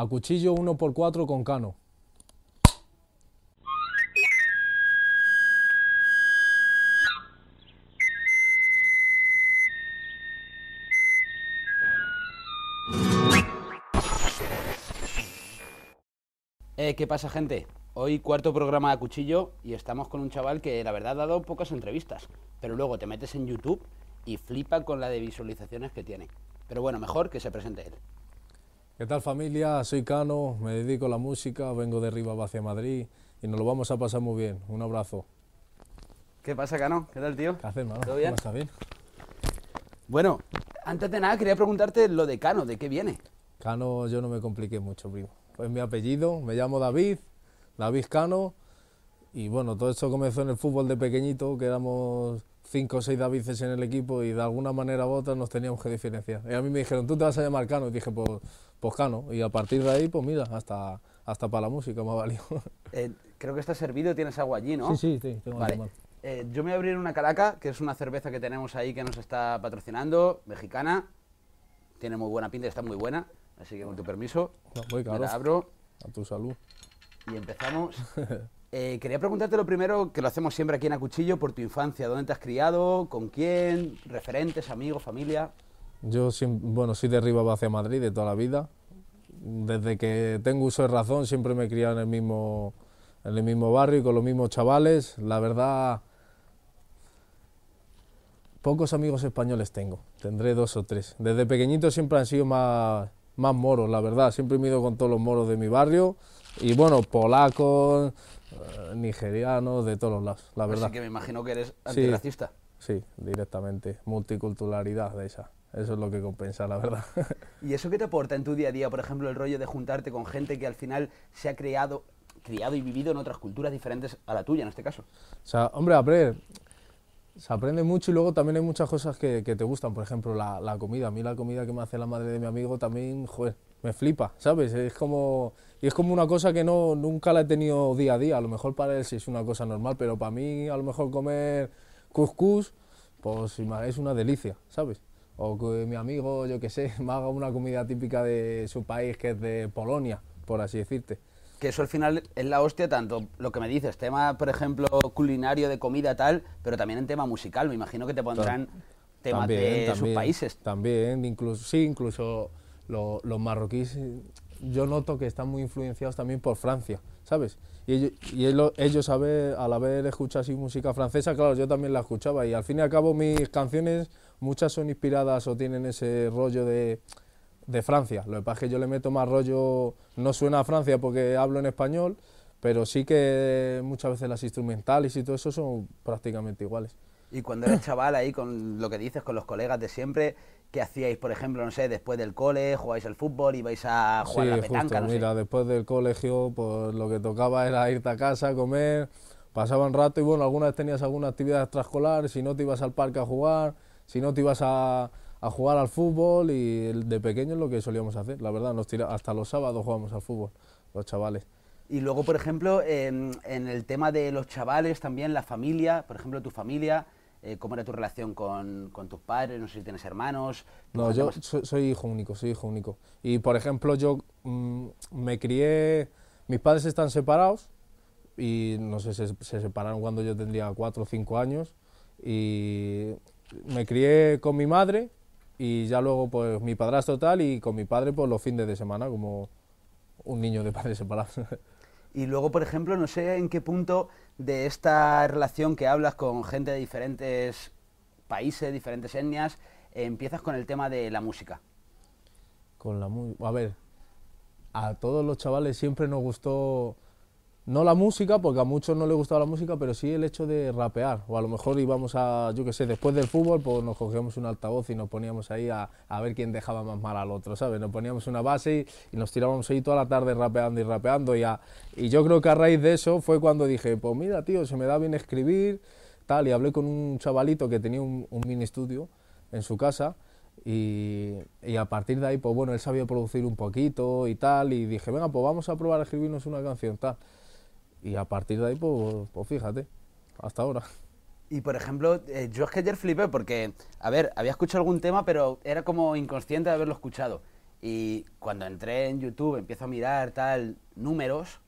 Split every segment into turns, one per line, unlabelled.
A cuchillo 1x4 con cano.
Eh, ¿Qué pasa, gente? Hoy cuarto programa de Cuchillo y estamos con un chaval que la verdad ha dado pocas entrevistas, pero luego te metes en YouTube y flipa con la de visualizaciones que tiene. Pero bueno, mejor que se presente él.
¿Qué tal familia? Soy Cano, me dedico a la música, vengo de Rivas hacia Madrid y nos lo vamos a pasar muy bien. Un abrazo.
¿Qué pasa, Cano? ¿Qué tal, tío?
¿Qué haces, hermano?
¿Todo bien?
¿Cómo estás? bien?
Bueno, antes de nada quería preguntarte lo de Cano, ¿de qué viene?
Cano, yo no me compliqué mucho, primo. Pues mi apellido, me llamo David, David Cano, y bueno, todo esto comenzó en el fútbol de pequeñito, que éramos cinco o seis Davices en el equipo y de alguna manera u otra nos teníamos que diferenciar. Y a mí me dijeron, tú te vas a llamar Cano, y dije, pues, pues Cano, y a partir de ahí, pues mira, hasta, hasta para la música me ha valido.
Eh, creo que está servido, tienes agua allí, ¿no?
Sí, sí, sí, tengo que
Vale.
tomar.
Eh, yo me voy a abrir una calaca, que es una cerveza que tenemos ahí que nos está patrocinando, mexicana. Tiene muy buena pinta, está muy buena. Así que con tu permiso,
No, voy,
me
claro,
la abro
a tu salud.
y empezamos. Eh, quería preguntarte lo primero, que lo hacemos siempre aquí en Acuchillo, por tu infancia. ¿Dónde te has criado? ¿Con quién? ¿Referentes? ¿Amigos? ¿Familia?
Yo, siem- bueno, soy de Rivas hacia Madrid de toda la vida. Desde que tengo uso de razón siempre me he criado en el mismo, en el mismo barrio y con los mismos chavales. La verdad, pocos amigos españoles tengo. Tendré dos o tres. Desde pequeñito siempre han sido más, más moros, la verdad. Siempre me he ido con todos los moros de mi barrio. Y bueno, polacos, eh, nigerianos, de todos los lados, la verdad.
Así que me imagino que eres
Sí.
antirracista.
Sí, directamente. Multiculturalidad de esa. Eso es lo que compensa, la verdad.
¿Y eso qué te aporta en tu día a día, por ejemplo, el rollo de juntarte con gente que al final se ha creado, criado y vivido en otras culturas diferentes a la tuya, en este caso?
O sea, hombre, a ver, se aprende mucho y luego también hay muchas cosas que, que te gustan. Por ejemplo, la, la comida. A mí la comida que me hace la madre de mi amigo también, joder, me flipa, ¿sabes? Es como, y es como una cosa que no, nunca la he tenido día a día. A lo mejor para él sí es una cosa normal, pero para mí a lo mejor comer couscous, pues ima- es una delicia, ¿sabes? O que mi amigo, yo qué sé, me haga una comida típica de su país, que es de Polonia, por así decirte.
Que eso al final es la hostia, tanto lo que me dices, tema, por ejemplo, culinario, de comida, tal, pero también en tema musical. Me imagino que te pondrán temas de sus países.
También, incluso, sí, incluso lo- los marroquíes, eh, yo noto que están muy influenciados también por Francia, ¿sabes? Y ello- y ello- ellos, a ver- al haber escuchado así música francesa, claro, yo también la escuchaba y al fin y al cabo mis canciones, muchas son inspiradas o tienen ese rollo de, de Francia. Lo que pasa es que yo le meto más rollo, no suena a Francia porque hablo en español, pero sí que muchas veces las instrumentales y todo eso son prácticamente iguales.
Y cuando eres chaval ahí, con lo que dices, con los colegas de siempre, ¿qué hacíais, por ejemplo, no sé, después del cole, jugáis al fútbol, ibais a jugar a la petanca, no sé?
mira, después del colegio, pues lo que tocaba era irte a casa, comer, pasaba un rato y bueno, algunas vez tenías alguna actividad extraescolar, si no te ibas al parque a jugar, si no te ibas a, a jugar al fútbol y el- de pequeño es lo que solíamos hacer, la verdad, nos tira, hasta los sábados jugábamos al fútbol, los chavales.
Y luego, por ejemplo, en, en el tema de los chavales, también la familia, por ejemplo, tu familia, eh, ¿cómo era tu relación con, con tus padres? No sé si tienes hermanos. tu
No,
gente
yo
más-
so- soy hijo único, soy hijo único. Y por ejemplo, yo mm, me crié, mis padres están separados y no sé, se, se separaron cuando yo tendría 4 o 5 años y me crié con mi madre y ya luego pues mi padrastro tal y con mi padre pues los fines de semana como un niño de padres separados.
Y luego, por ejemplo, no sé en qué punto de esta relación que hablas con gente de diferentes países, diferentes etnias, eh, empiezas con el tema de la música.
Con la mu- A ver, a todos los chavales siempre nos gustó, no la música, porque a muchos no les gustaba la música, pero sí el hecho de rapear. O a lo mejor íbamos a, yo qué sé, después del fútbol, pues nos cogíamos un altavoz y nos poníamos ahí a, a ver quién dejaba más mal al otro, ¿sabes? Nos poníamos una base y, y nos tirábamos ahí toda la tarde rapeando y rapeando. Y, a- y yo creo que a raíz de eso fue cuando dije, pues mira, tío, se me da bien escribir, tal. Y hablé con un chavalito que tenía un, un mini estudio en su casa. Y, y a partir de ahí, pues bueno, él sabía producir un poquito y tal, y dije, venga, pues vamos a probar a escribirnos una canción, tal. Y a partir de ahí, pues, pues fíjate, hasta ahora.
Y por ejemplo, eh, yo es que ayer flipé porque, a ver, había escuchado algún tema, pero era como inconsciente de haberlo escuchado. Y cuando entré en YouTube, empiezo a mirar tal números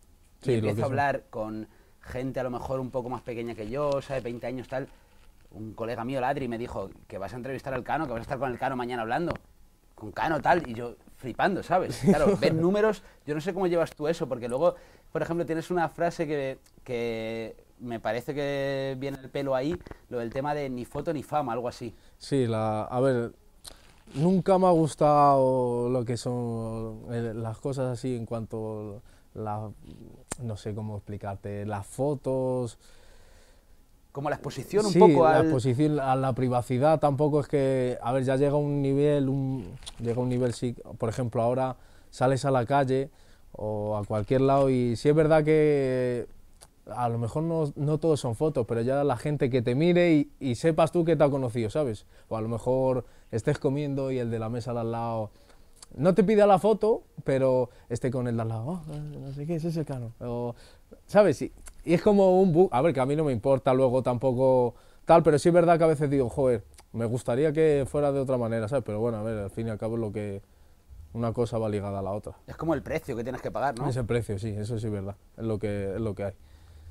y
Sí, lo que
empiezo a
son.
hablar con gente a lo mejor un poco más pequeña que yo, o sea, de 20 años tal. Un colega mío, Ladri, me dijo que vas a entrevistar al Cano, que vas a estar con el Cano mañana hablando. Con Cano tal, y yo flipando, ¿sabes? Claro, ver números, yo no sé cómo llevas tú eso, porque luego, por ejemplo, tienes una frase que, que me parece que viene el pelo ahí, lo del tema de ni foto ni fama, algo así.
Sí, la, a ver, nunca me ha gustado lo que son eh, las cosas así en cuanto la, no sé cómo explicarte, las fotos,
Como la exposición un
sí,
poco
la
al...
exposición a la privacidad tampoco es que, a ver, ya llega un nivel, un, llega un nivel, sí, por ejemplo, ahora sales a la calle o a cualquier lado y sí es verdad que a lo mejor no, no todos son fotos, pero ya la gente que te mire y, y sepas tú que te ha conocido, ¿sabes? O a lo mejor estés comiendo y el de la mesa de al lado no te pida la foto, pero esté con el de al lado, "Oh, no sé qué, ese es el cano. O, ¿Sabes? Y, y es como un bu- A ver, que a mí no me importa luego tampoco tal, pero sí es verdad que a veces digo, joder, me gustaría que fuera de otra manera, ¿sabes? Pero bueno, a ver, al fin y al cabo es lo que. Una cosa va ligada a la otra.
Es como el precio que tienes que pagar, ¿no?
Ese precio, sí, eso sí es verdad. Es lo que, es lo que hay.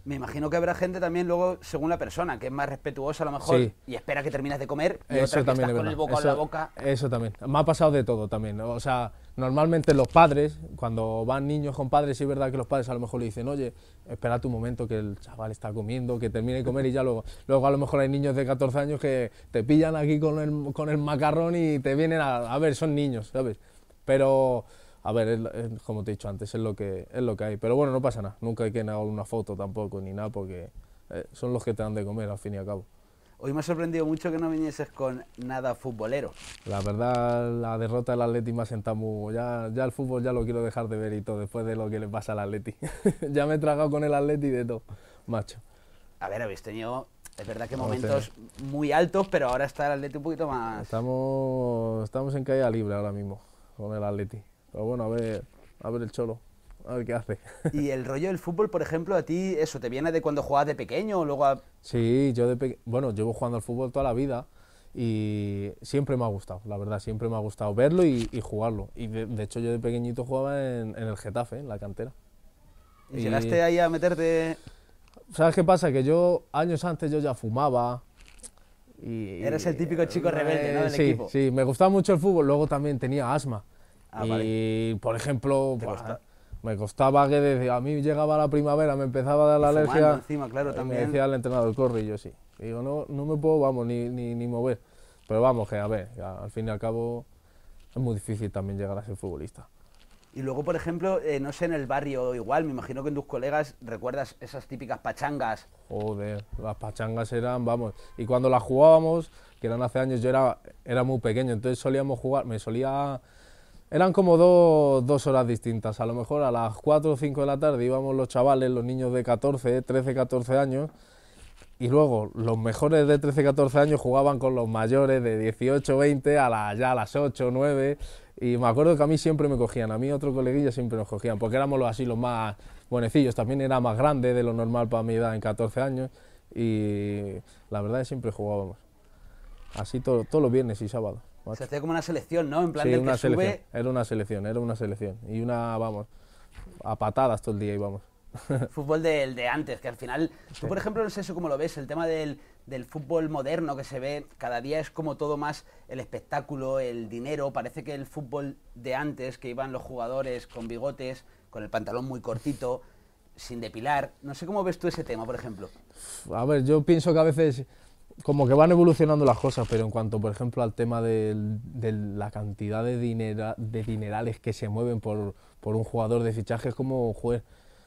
Me imagino que habrá gente también luego según la persona, que es más respetuosa a lo mejor
Sí.
y espera que termines de comer y otra que estás con el boca en
eso,
la boca.
eso también. Me ha pasado de todo también. O sea, normalmente los padres, cuando van niños con padres, sí es verdad que los padres a lo mejor le dicen, oye, espera tu momento que el chaval está comiendo, que termine de comer y ya luego. Luego a lo mejor hay niños de 14 años que te pillan aquí con el, con el macarrón y te vienen a. A ver, son niños, ¿sabes? Pero. A ver, es- es como te he dicho antes, es lo que es lo que hay. Pero bueno, no pasa nada. Nunca hay que negar una foto tampoco ni nada porque eh, son los que te dan de comer al fin y al cabo.
Hoy me ha sorprendido mucho que no vinieses con nada futbolero.
La verdad, la derrota del Atleti me ha sentado muy... Ya, ya el fútbol ya lo quiero dejar de ver y todo, después de lo que le pasa al Atleti. ya me he tragado con el Atleti de todo, macho.
A ver, habéis tenido, es verdad que
No,
momentos muy altos, pero ahora está el atleta un poquito más...
Estamos, estamos en caída libre ahora mismo con el Atleti. Pero bueno, a ver, a ver el Cholo, a ver qué hace.
Y el rollo del fútbol, por ejemplo, a ti, eso, ¿te viene de cuando jugabas de pequeño o luego a-
Sí, yo de peque- bueno, llevo jugando al fútbol toda la vida y siempre me ha gustado, la verdad, siempre me ha gustado verlo y, y jugarlo. Y de, de hecho yo de pequeñito jugaba en, en el Getafe, en la cantera. Y-
llegaste ahí a meterte...
¿Sabes qué pasa? Que yo, años antes, yo ya fumaba. Y, Eh,
Eres el típico chico rebelde, ¿no? Del
sí,
equipo.
sí, me gustaba mucho el fútbol, luego también tenía asma.
Ah,
y, por ejemplo,
Te
buah,
costa-
me costaba que desde a mí llegaba la primavera, me empezaba a dar la
Fumando
alergia.
encima, claro,
y
también.
Me decía el entrenador, corre, y yo sí. Y digo, no, no me puedo, vamos, ni, ni, ni mover. Pero vamos, que a ver, que al fin y al cabo es muy difícil también llegar a ser futbolista.
Y luego, por ejemplo, eh, no sé, en el barrio igual, me imagino que en tus colegas recuerdas esas típicas pachangas.
Joder, las pachangas eran, vamos, y cuando las jugábamos, que eran hace años, yo era, era muy pequeño, entonces solíamos jugar, me solía... Eran como do- dos horas distintas, a lo mejor a las 4 o 5 de la tarde íbamos los chavales, los niños de 14, 13, 14 años, y luego los mejores de 13, 14 años jugaban con los mayores de 18, 20, a la- ya a las 8, 9. Y me acuerdo que a mí siempre me cogían, a mí y otro coleguilla siempre nos cogían, porque éramos los así los más buenecillos. También era más grande de lo normal para mi edad en 14 años. Y la verdad es que siempre jugábamos. Así todo, todos los viernes y sábados. macho.
Se hacía como una selección, ¿no? En plan
Sí,
del
una
que
selección.
sube,
Era una selección, era una selección. Y una, vamos, a patadas todo el día íbamos.
fútbol del de antes, que al final, tú por ejemplo, no sé eso cómo lo ves, el tema del, del fútbol moderno que se ve, cada día es como todo más el espectáculo, el dinero, parece que el fútbol de antes, que iban los jugadores con bigotes, con el pantalón muy cortito, sin depilar, no sé cómo ves tú ese tema, por ejemplo.
A ver, yo pienso que a veces como que van evolucionando las cosas, pero en cuanto, por ejemplo, al tema del- de, la cantidad de, dinera- de dinerales que se mueven por, por un jugador de fichaje, es como, joder,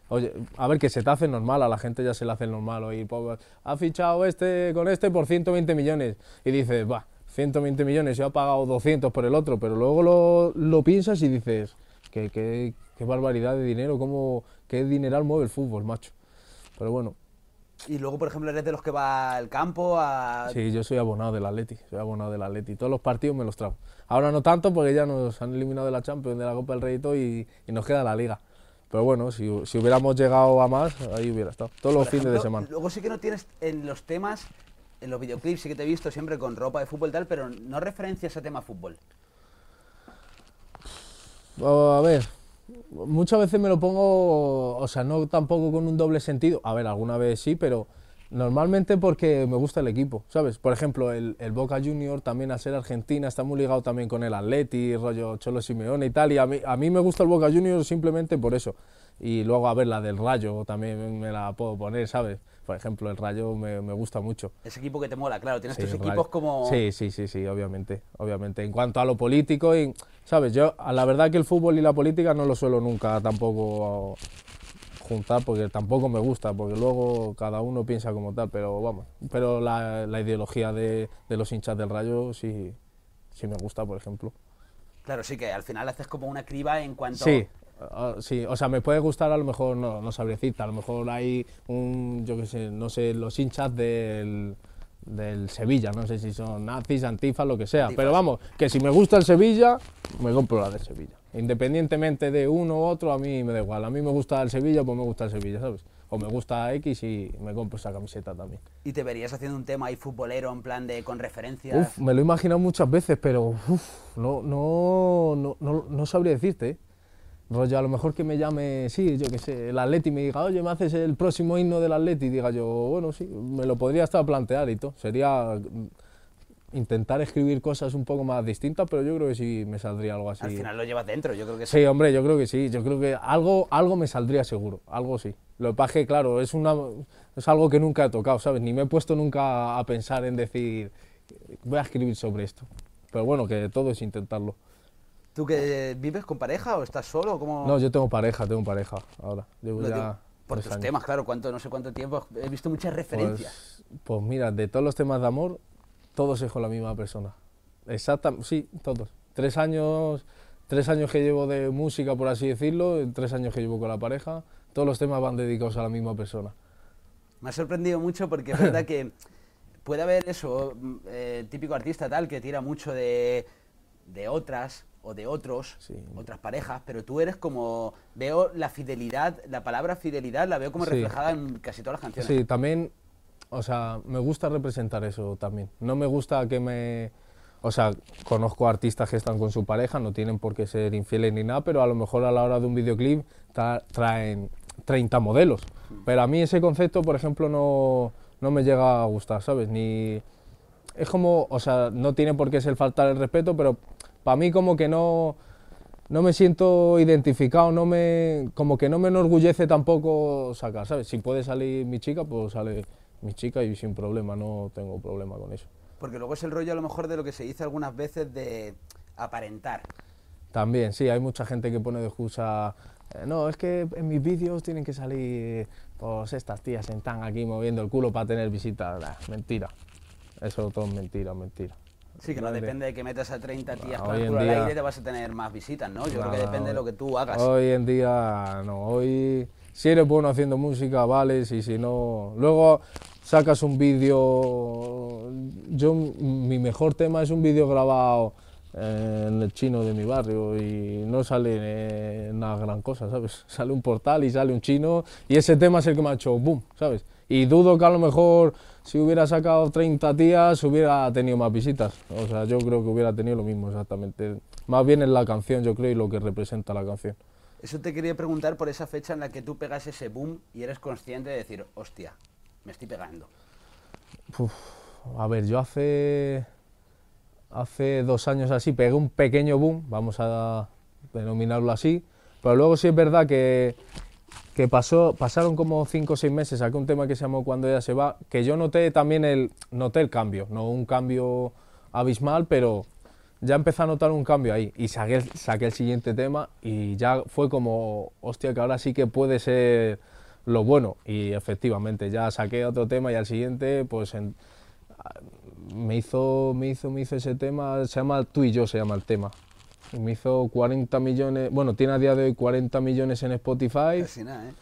oye, a ver, que se te hace normal, a la gente ya se le hace normal oír, "Pues, ha fichado este con este por 120 millones, y dices, va, 120 millones, yo he pagado 200 por el otro, pero luego lo, lo piensas y dices, qué, qué, qué barbaridad de dinero, cómo, qué dineral mueve el fútbol, macho. Pero bueno,
Y luego, por ejemplo, eres de los que va al campo a...
Sí, yo soy abonado del Atleti, soy abonado del Atleti. Todos los partidos me los trago. Ahora no tanto porque ya nos han eliminado de la Champions, de la Copa del Rey y todo, y, y nos queda la Liga. Pero bueno, si, si hubiéramos llegado a más, ahí hubiera estado. Todos los
Por
fines de
ejemplo,
semana.
Luego sí que no tienes en los temas, en los videoclips sí que te he visto siempre con ropa de fútbol y tal, pero no referencias a tema fútbol.
A ver, muchas veces me lo pongo, o sea, no tampoco con un doble sentido. A ver, alguna vez sí, pero normalmente porque me gusta el equipo, ¿sabes? Por ejemplo, el, el Boca Junior también al ser Argentina está muy ligado también con el Atleti, rollo Cholo Simeone y tal. Y a mí, a mí me gusta el Boca Junior simplemente por eso. Y luego, a ver, la del Rayo también me la puedo poner, ¿sabes? Por ejemplo, el Rayo me, me gusta mucho.
Ese equipo que te mola, claro, tienes tus
Sí,
equipos
vale.
como...
Sí, sí, sí, sí, obviamente, obviamente. En cuanto a lo político, y, sabes, yo a la verdad que el fútbol y la política no lo suelo nunca tampoco juntar porque tampoco me gusta, porque luego cada uno piensa como tal, pero vamos, pero la, la ideología de, de los hinchas del Rayo sí, sí me gusta, por ejemplo.
Claro, sí que al final haces como una criba en cuanto...
Sí. o- sí, o sea, me puede gustar, a lo mejor no, no sabría decirte, a lo mejor hay un, yo qué sé, no sé, los hinchas del, del Sevilla, no sé si son nazis, antifas, lo que sea,
Antifas.
pero vamos, que si me gusta el Sevilla, me compro la del Sevilla. Independientemente de uno u otro, a mí me da igual, a mí me gusta el Sevilla, pues me gusta el Sevilla, ¿sabes? O me gusta X y me compro esa camiseta también.
Y te verías haciendo un tema ahí futbolero en plan de con referencias.
Uf, me lo he imaginado muchas veces, pero uf, no, no, no, no, no sabría decirte. ¿eh? Rollo, a lo mejor que me llame, sí, yo qué sé, el Atleti y me diga, oye, me haces el próximo himno del Atleti, y diga yo, bueno, sí, me lo podría hasta plantear y todo. Sería mm, intentar escribir cosas un poco más distintas, pero yo creo que sí me saldría algo así.
Al final lo llevas dentro, yo creo que sí.
Sí, hombre, yo creo que sí. Yo creo que algo, algo me saldría seguro, algo sí. Lo que pasa es que, claro, es, una, es algo que nunca he tocado, ¿sabes? Ni me he puesto nunca a pensar en decir, voy a escribir sobre esto. Pero bueno, que todo es intentarlo.
¿Tú que vives con pareja o estás solo? ¿Cómo
No, yo tengo pareja, tengo pareja ahora. Llevo
lo
ya
te- Por
tres
tus
años.
temas, claro, cuánto, no sé cuánto tiempo. He visto muchas referencias.
Pues, pues mira, de todos los temas de amor, todos es con la misma persona. Exactamente, sí, todos. Tres años, tres años que llevo de música, por así decirlo, tres años que llevo con la pareja, todos los temas van dedicados a la misma persona.
Me ha sorprendido mucho porque es verdad que puede haber eso, mm, eh, típico artista tal, que tira mucho de, de otras o de otros,
Sí.
otras parejas, pero tú eres como, veo la fidelidad, la palabra fidelidad la veo como
Sí.
reflejada en casi todas las canciones.
Sí, también, o sea, me gusta representar eso también. No me gusta que me... O sea, conozco artistas que están con su pareja, no tienen por qué ser infieles ni nada, pero a lo mejor a la hora de un videoclip tra- traen 30 modelos. Pero a mí ese concepto, por ejemplo, no, no me llega a gustar, ¿sabes? Ni... Es como, o sea, no tiene por qué ser faltar el respeto, pero para mí como que no no me siento identificado, no me, como que no me enorgullece tampoco sacar, ¿sabes? Si puede salir mi chica, pues sale mi chica y sin problema, no tengo problema con eso.
Porque luego es el rollo a lo mejor de lo que se dice algunas veces de aparentar.
También, sí, hay mucha gente que pone de excusa, eh, no, es que en mis vídeos tienen que salir pues estas tías en tan aquí moviendo el culo para tener visitas. Nah, mentira, eso todo es mentira, mentira.
Sí, que no
Vale.
depende de que metas a 30 tías
Ah,
con
hoy
el
en
culo al
día-
aire te vas a tener más visitas, ¿no? Yo creo que
Nada,
depende de
hoy-
lo que tú hagas.
Hoy en día no, hoy si eres bueno haciendo música, vale, y si no, luego sacas un vídeo, yo mi mejor tema es un vídeo grabado eh, en el chino de mi barrio y no sale eh, una gran cosa, ¿sabes? Sale un portal y sale un chino y ese tema es el que me ha hecho boom, ¿sabes? Y dudo que a lo mejor si hubiera sacado 30 tías hubiera tenido más visitas. O sea, yo creo que hubiera tenido lo mismo exactamente. Más bien en la canción, yo creo, y lo que representa la canción.
Eso te quería preguntar por esa fecha en la que tú pegas ese boom y eres consciente de decir, hostia, me estoy pegando.
A ver, yo hace, hace dos años así pegué un pequeño boom, vamos a denominarlo así, pero luego sí es verdad que, que pasó, pasaron como cinco o seis meses, saqué un tema que se llamó Cuando ella se va, que yo noté también el, noté el cambio, no un cambio abismal, pero ya empecé a notar un cambio ahí y saqué, el- saqué el siguiente tema y ya fue como, hostia, que ahora sí que puede ser lo bueno y efectivamente ya saqué otro tema y al siguiente pues en- me hizo, me hizo, me hizo ese tema, se llama Tú y yo se llama el tema. Y me hizo 40 millones, bueno, tiene a día de hoy 40 millones en Spotify
Casi nada, ¿eh?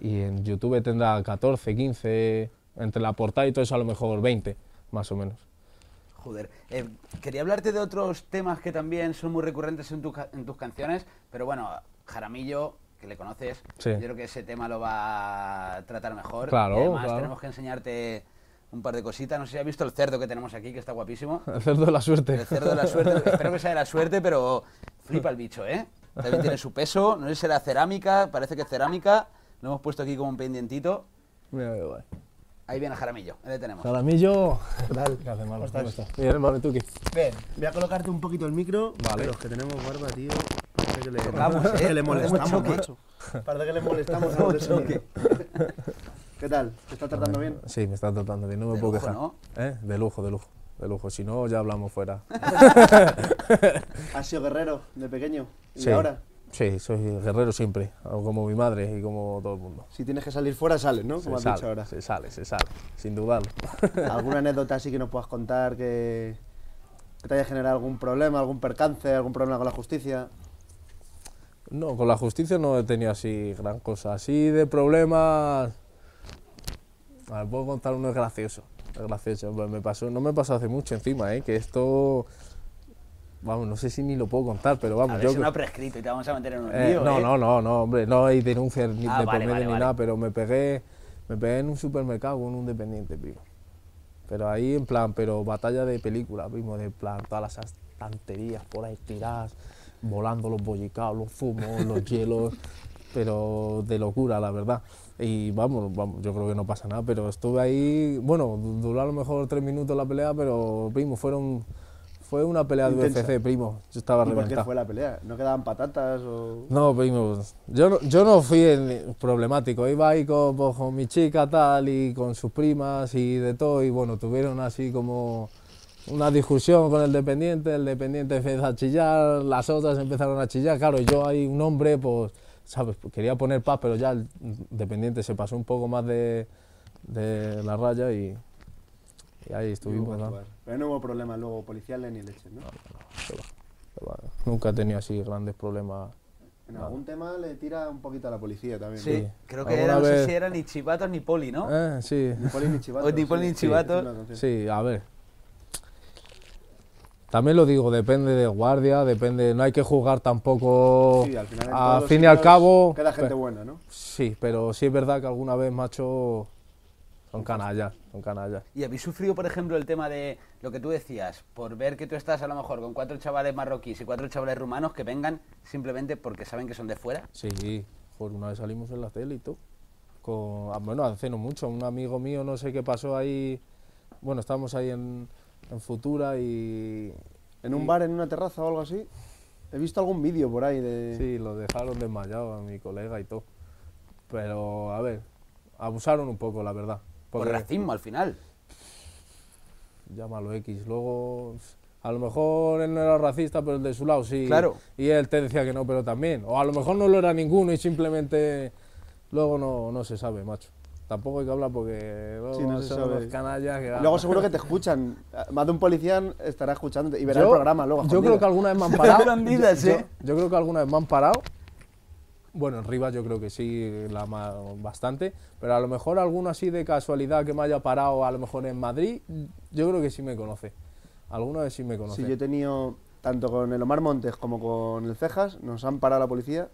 y en YouTube tendrá 14, 15, entre la portada y todo eso a lo mejor 20, más o menos.
Joder. Eh, quería hablarte de otros temas que también son muy recurrentes en, tu ca- en tus canciones, pero bueno, Jaramillo, que le conoces,
Sí.
yo creo que ese tema lo va a tratar mejor.
Claro,
Y además,
claro.
tenemos que enseñarte un par de cositas. No sé si has visto el cerdo que tenemos aquí, que está guapísimo.
El cerdo de la suerte.
El cerdo de la suerte, espero que sea de la suerte, pero flipa el bicho, ¿eh?
También tiene su peso, no sé si era cerámica, parece que es cerámica. Lo hemos puesto aquí como un pendientito.
Mira qué guay.
Ahí viene Jaramillo, ahí le tenemos.
Salamillo.
¿Qué tal?
¿Qué hace, mano?
¿Cómo estás?
¿Cómo estás? Bien, hermano, ¿y tú qué?
Ven, voy a colocarte un poquito el micro.
Vale.
Los que tenemos barba, tío. Parece que le,
Tocamos, ¿eh?
que le molestamos,
Tenemos
macho. Parece que le molestamos a los de sonido. ¿Qué tal? ¿Te está tratando bien?
Sí, me está tratando bien, no me
De
puedo
lujo,
quejar.
¿no?
¿Eh? De lujo, de lujo, de lujo. Si no, ya hablamos fuera.
¿Has sido guerrero de pequeño? ¿Y
Sí.
ahora?
Sí, soy guerrero siempre, como mi madre y como todo el mundo.
Si tienes que salir fuera, sales, ¿no?
Se
Como has
sale,
dicho ahora.
se sale, se sale, sin dudarlo.
¿Alguna anécdota así que nos puedas contar que, que te haya generado algún problema, algún percance, algún problema con la justicia?
No, con la justicia no he tenido así gran cosa. Así de problemas. A ver, puedo contar uno gracioso. Es gracioso. Pues Me pasó, no me pasó hace mucho encima, ¿eh? que esto. Vamos, no sé si ni lo puedo contar, pero
A
vamos,
ver
yo.
si no ha prescrito y te vamos a meter en un
Eh,
lío,
no,
¿eh?
no, no, no, hombre, no hay denuncias ni
Ah,
de por
vale,
medio
vale,
ni
vale.
nada, pero me pegué, me pegué en un supermercado con un dependiente, primo. Pero ahí en plan, pero batalla de película, primo, de plan, todas las estanterías por ahí tiradas, volando los bollicaos, los zumos, los hielos, pero de locura, la verdad. Y vamos, vamos, yo creo que no pasa nada, pero estuve ahí, bueno, du- duró a lo mejor tres minutos la pelea, pero primo, fueron, fue una pelea
Intensa.
de UFC, primo, yo estaba
¿Y por qué
reventado.
fue la pelea? ¿No quedaban patatas o...?
No, primo, yo no, yo no fui el problemático, iba ahí con, pues, con mi chica tal y con sus primas y de todo y bueno, tuvieron así como una discusión con el dependiente, el dependiente empezó a chillar, las otras empezaron a chillar, claro, yo ahí un hombre, pues, sabes, Pues quería poner paz, pero ya el dependiente se pasó un poco más de, de la raya y, y ahí estuvimos. ¿no?
pues, Pero no hubo problemas luego policiales ni leches, ¿no?
Pero bueno, nunca he tenido así grandes problemas.
En algún tema le tira un poquito a la policía también.
Sí,
Sí.
creo que
Alguna
era, no sé
vez-
si era ni chivatos ni poli, ¿no?
Eh, sí.
Ni poli ni chivato.
O ni poli ni chivato.
Sí, a ver. También lo digo, depende de guardia, depende, no hay que juzgar tampoco.
Sí, al final. en todos
al
los
fin y al
sitios
cabo. pues.
Queda gente
pe-
buena, ¿no?
sí, pero sí es verdad que alguna vez, macho, son canallas, son canallas.
¿Y habéis sufrido, por ejemplo, el tema de lo que tú decías, por ver que tú estás a lo mejor con cuatro chavales marroquíes y cuatro chavales rumanos que vengan simplemente porque saben que son de fuera?
Sí, joder, una vez salimos en la tele y todo. Con, ah, bueno, hace no mucho, un amigo mío, no sé qué pasó ahí. Bueno, estábamos ahí en, en Futura y.
En un bar, en una terraza o algo así. He visto algún vídeo por ahí de.
Sí, lo dejaron desmayado a mi colega y todo. Pero, a ver, abusaron un poco, la verdad.
Por racismo, al final.
llámalo X. Luego, a lo mejor él no era racista, pero el de su lado sí.
Claro.
Y él te decía que no, pero también. O a lo mejor no lo era ninguno y simplemente luego no, no se sabe, macho. Tampoco hay que hablar porque luego
Sí, no se
son
sabe.
unos canallas que...
Y Luego seguro que te escuchan. Más de un policía estará escuchando y verá el
Yo-
programa luego. a
Yo creo que
escondidas.
alguna vez me han parado.
Escondidas,
yo,
¿eh?
yo- yo creo que alguna vez me han parado. Bueno, en Rivas yo creo que sí, la ma- bastante. Pero a lo mejor alguno así de casualidad que me haya parado, a lo mejor en Madrid, yo creo que sí me conoce. Alguna vez sí me conoce.
Sí, yo he tenido. Tanto con el Omar Montes como con el Cejas, nos han parado la policía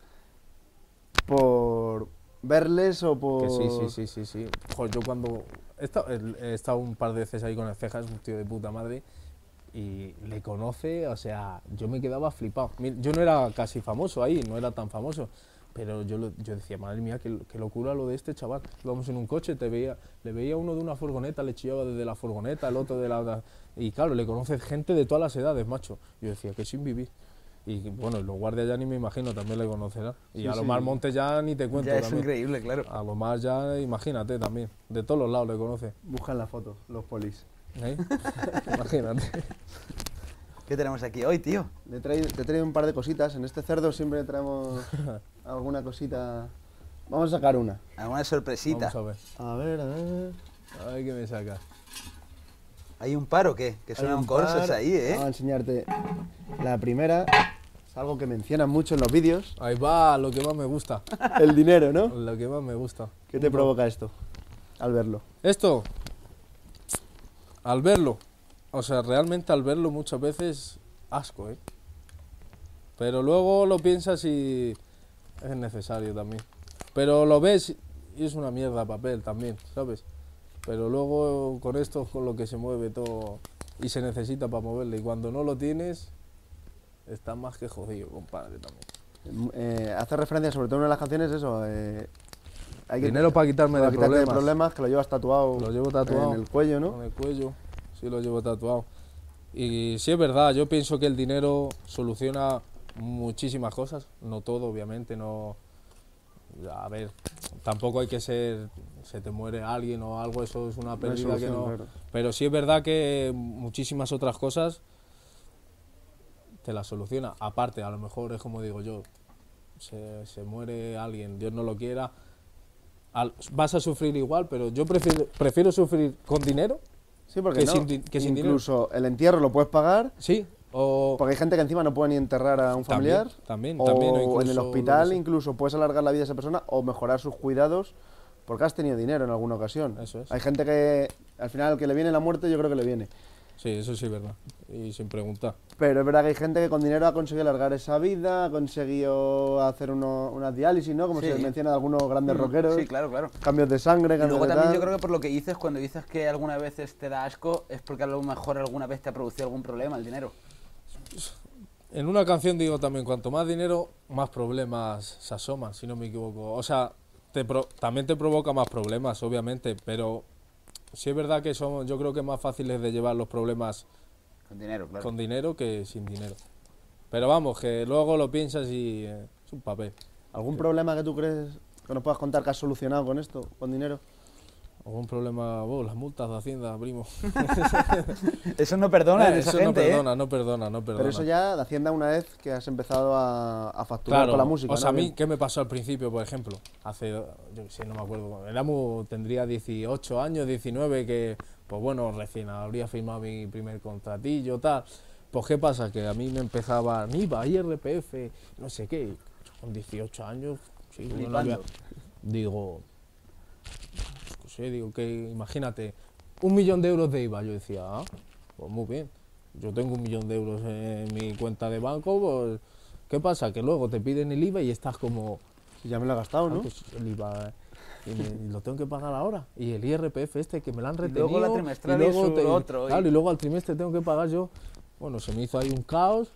por verles o por.
Que sí, sí, sí, sí, sí. Joder, yo cuando he estado, el- he estado un par de veces ahí con el cejas, un tío de puta madre, y le conoce, o sea, yo me quedaba flipado. Mi- Yo no era casi famoso ahí, no era tan famoso, pero yo, lo- yo decía, madre mía, qué, qué locura lo de este chaval. Íbamos en un coche, te veía, le veía uno de una furgoneta, le chillaba desde la furgoneta, el otro de la... otra- Y claro, le conoce gente de todas las edades, macho. Yo decía, que sin vivir. Y bueno, los guardias ya ni me imagino, también le conocerán. Y
Sí,
a lo
sí.
más Montes ya ni te cuento.
ya es
también.
increíble, claro.
A lo más ya, imagínate también. De todos los lados le conoce.
Buscan la foto, los polis.
¿eh? imagínate.
¿Qué tenemos aquí hoy, tío?
Le he traído- te he traído un par de cositas. En este cerdo siempre traemos alguna cosita. Vamos a sacar una.
Alguna sorpresita.
Vamos a ver.
A ver, a ver.
A ver qué me saca.
¿Hay un par o qué? Que
Hay
suenan
un Ah,
cosas
par.
ahí, ¿eh?
Vamos a enseñarte. La primera es algo que mencionan mucho en los vídeos.
Ahí va lo que más me gusta.
El dinero, ¿no?
Lo que más me gusta.
¿Qué te provoca esto al verlo?
Esto, al verlo, o sea, realmente al verlo muchas veces, asco, ¿eh? Pero luego lo piensas y es necesario también. Pero lo ves y es una mierda papel también, ¿sabes? Pero luego con esto es con lo que se mueve todo y se necesita para moverle. Y cuando no lo tienes, está más que jodido, compadre, también.
eh, hace referencia sobre todo en una de las canciones eso. eh, hay
Dinero para quitarme
para
de
quitarte de
problemas.
problemas, que lo llevas tatuado,
Lo llevo tatuado.
en el cuello, ¿no?
Con el cuello, sí lo llevo tatuado. Y sí es verdad, yo pienso que el dinero soluciona muchísimas cosas, no todo, obviamente, no. A ver, tampoco hay que ser. Se te muere alguien o algo, eso es una
hay
pérdida que
solución,
no.
claro.
Pero sí es verdad que muchísimas otras cosas te las soluciona. Aparte, a lo mejor es como digo yo, se, se muere alguien, Dios no lo quiera, al- vas a sufrir igual, pero yo prefiero, prefiero sufrir con dinero,
Sí, porque
Que
no.
sin di- que sin dinero.
incluso el entierro lo puedes pagar,
sí, o
porque hay gente que encima no puede ni enterrar a un
También,
familiar.
también,
o
también, o
en el
incluso,
hospital
no sé.
incluso puedes alargar la vida de esa persona o mejorar sus cuidados porque has tenido dinero en alguna ocasión.
Eso es.
Hay gente que al final que le viene la muerte, yo creo que le viene.
sí, eso sí es verdad, y sin preguntar.
Pero es verdad que hay gente que con dinero ha conseguido alargar esa vida, ha conseguido hacer uno, una diálisis, ¿no? Como
Sí.
se menciona de algunos grandes rockeros.
Mm, Sí, claro, claro.
Cambios de sangre,
Y
cambios
luego
de
también
tal.
yo creo que por lo que dices, cuando dices que algunas veces te da asco, es porque a lo mejor alguna vez te ha producido algún problema el dinero.
En una canción digo también, cuanto más dinero, más problemas se asoman, si no me equivoco. O sea, te pro- también te provoca más problemas, obviamente, pero sí es verdad que son, yo creo que es más fáciles de llevar los problemas
Con dinero, claro.
con dinero que sin dinero. Pero vamos, que luego lo piensas y eh, es un papel.
¿Algún problema que tú crees que nos puedas contar que has solucionado con esto, con dinero?
Algún problema, oh, las multas de Hacienda, primo.
Eso no perdona en esa
eso no
gente, ¿eh?
perdona, no perdona, no perdona.
Pero eso ya de Hacienda una vez que has empezado a, a facturar
Claro,
con la música.
o sea,
¿no?
a mí,
Bien.
¿qué me pasó al principio, por ejemplo? Hace, yo qué sé, no me acuerdo, era muy- tendría 18 años, 19, que, pues bueno, recién habría firmado mi primer contratillo, tal. Pues, ¿qué pasa? Que a mí me empezaba IVA, IRPF, no sé qué, con 18 años, sí, uno no había-
Flipando.
digo, no sé, pues, eh, digo, que imagínate, un millón de euros de IVA, yo decía, ah, pues muy bien, yo tengo un millón de euros en mi cuenta de banco, pues, ¿qué pasa? Que luego te piden el IVA y estás como,
Si ya me lo he gastado,
ah,
¿no?
pues el IVA, eh, y me- lo tengo que pagar ahora, y el IRPF este que me lo han
Y
retenido,
luego la trimestral y su otro, y-
claro, y luego al trimestre tengo que pagar yo, bueno, se me hizo ahí un caos,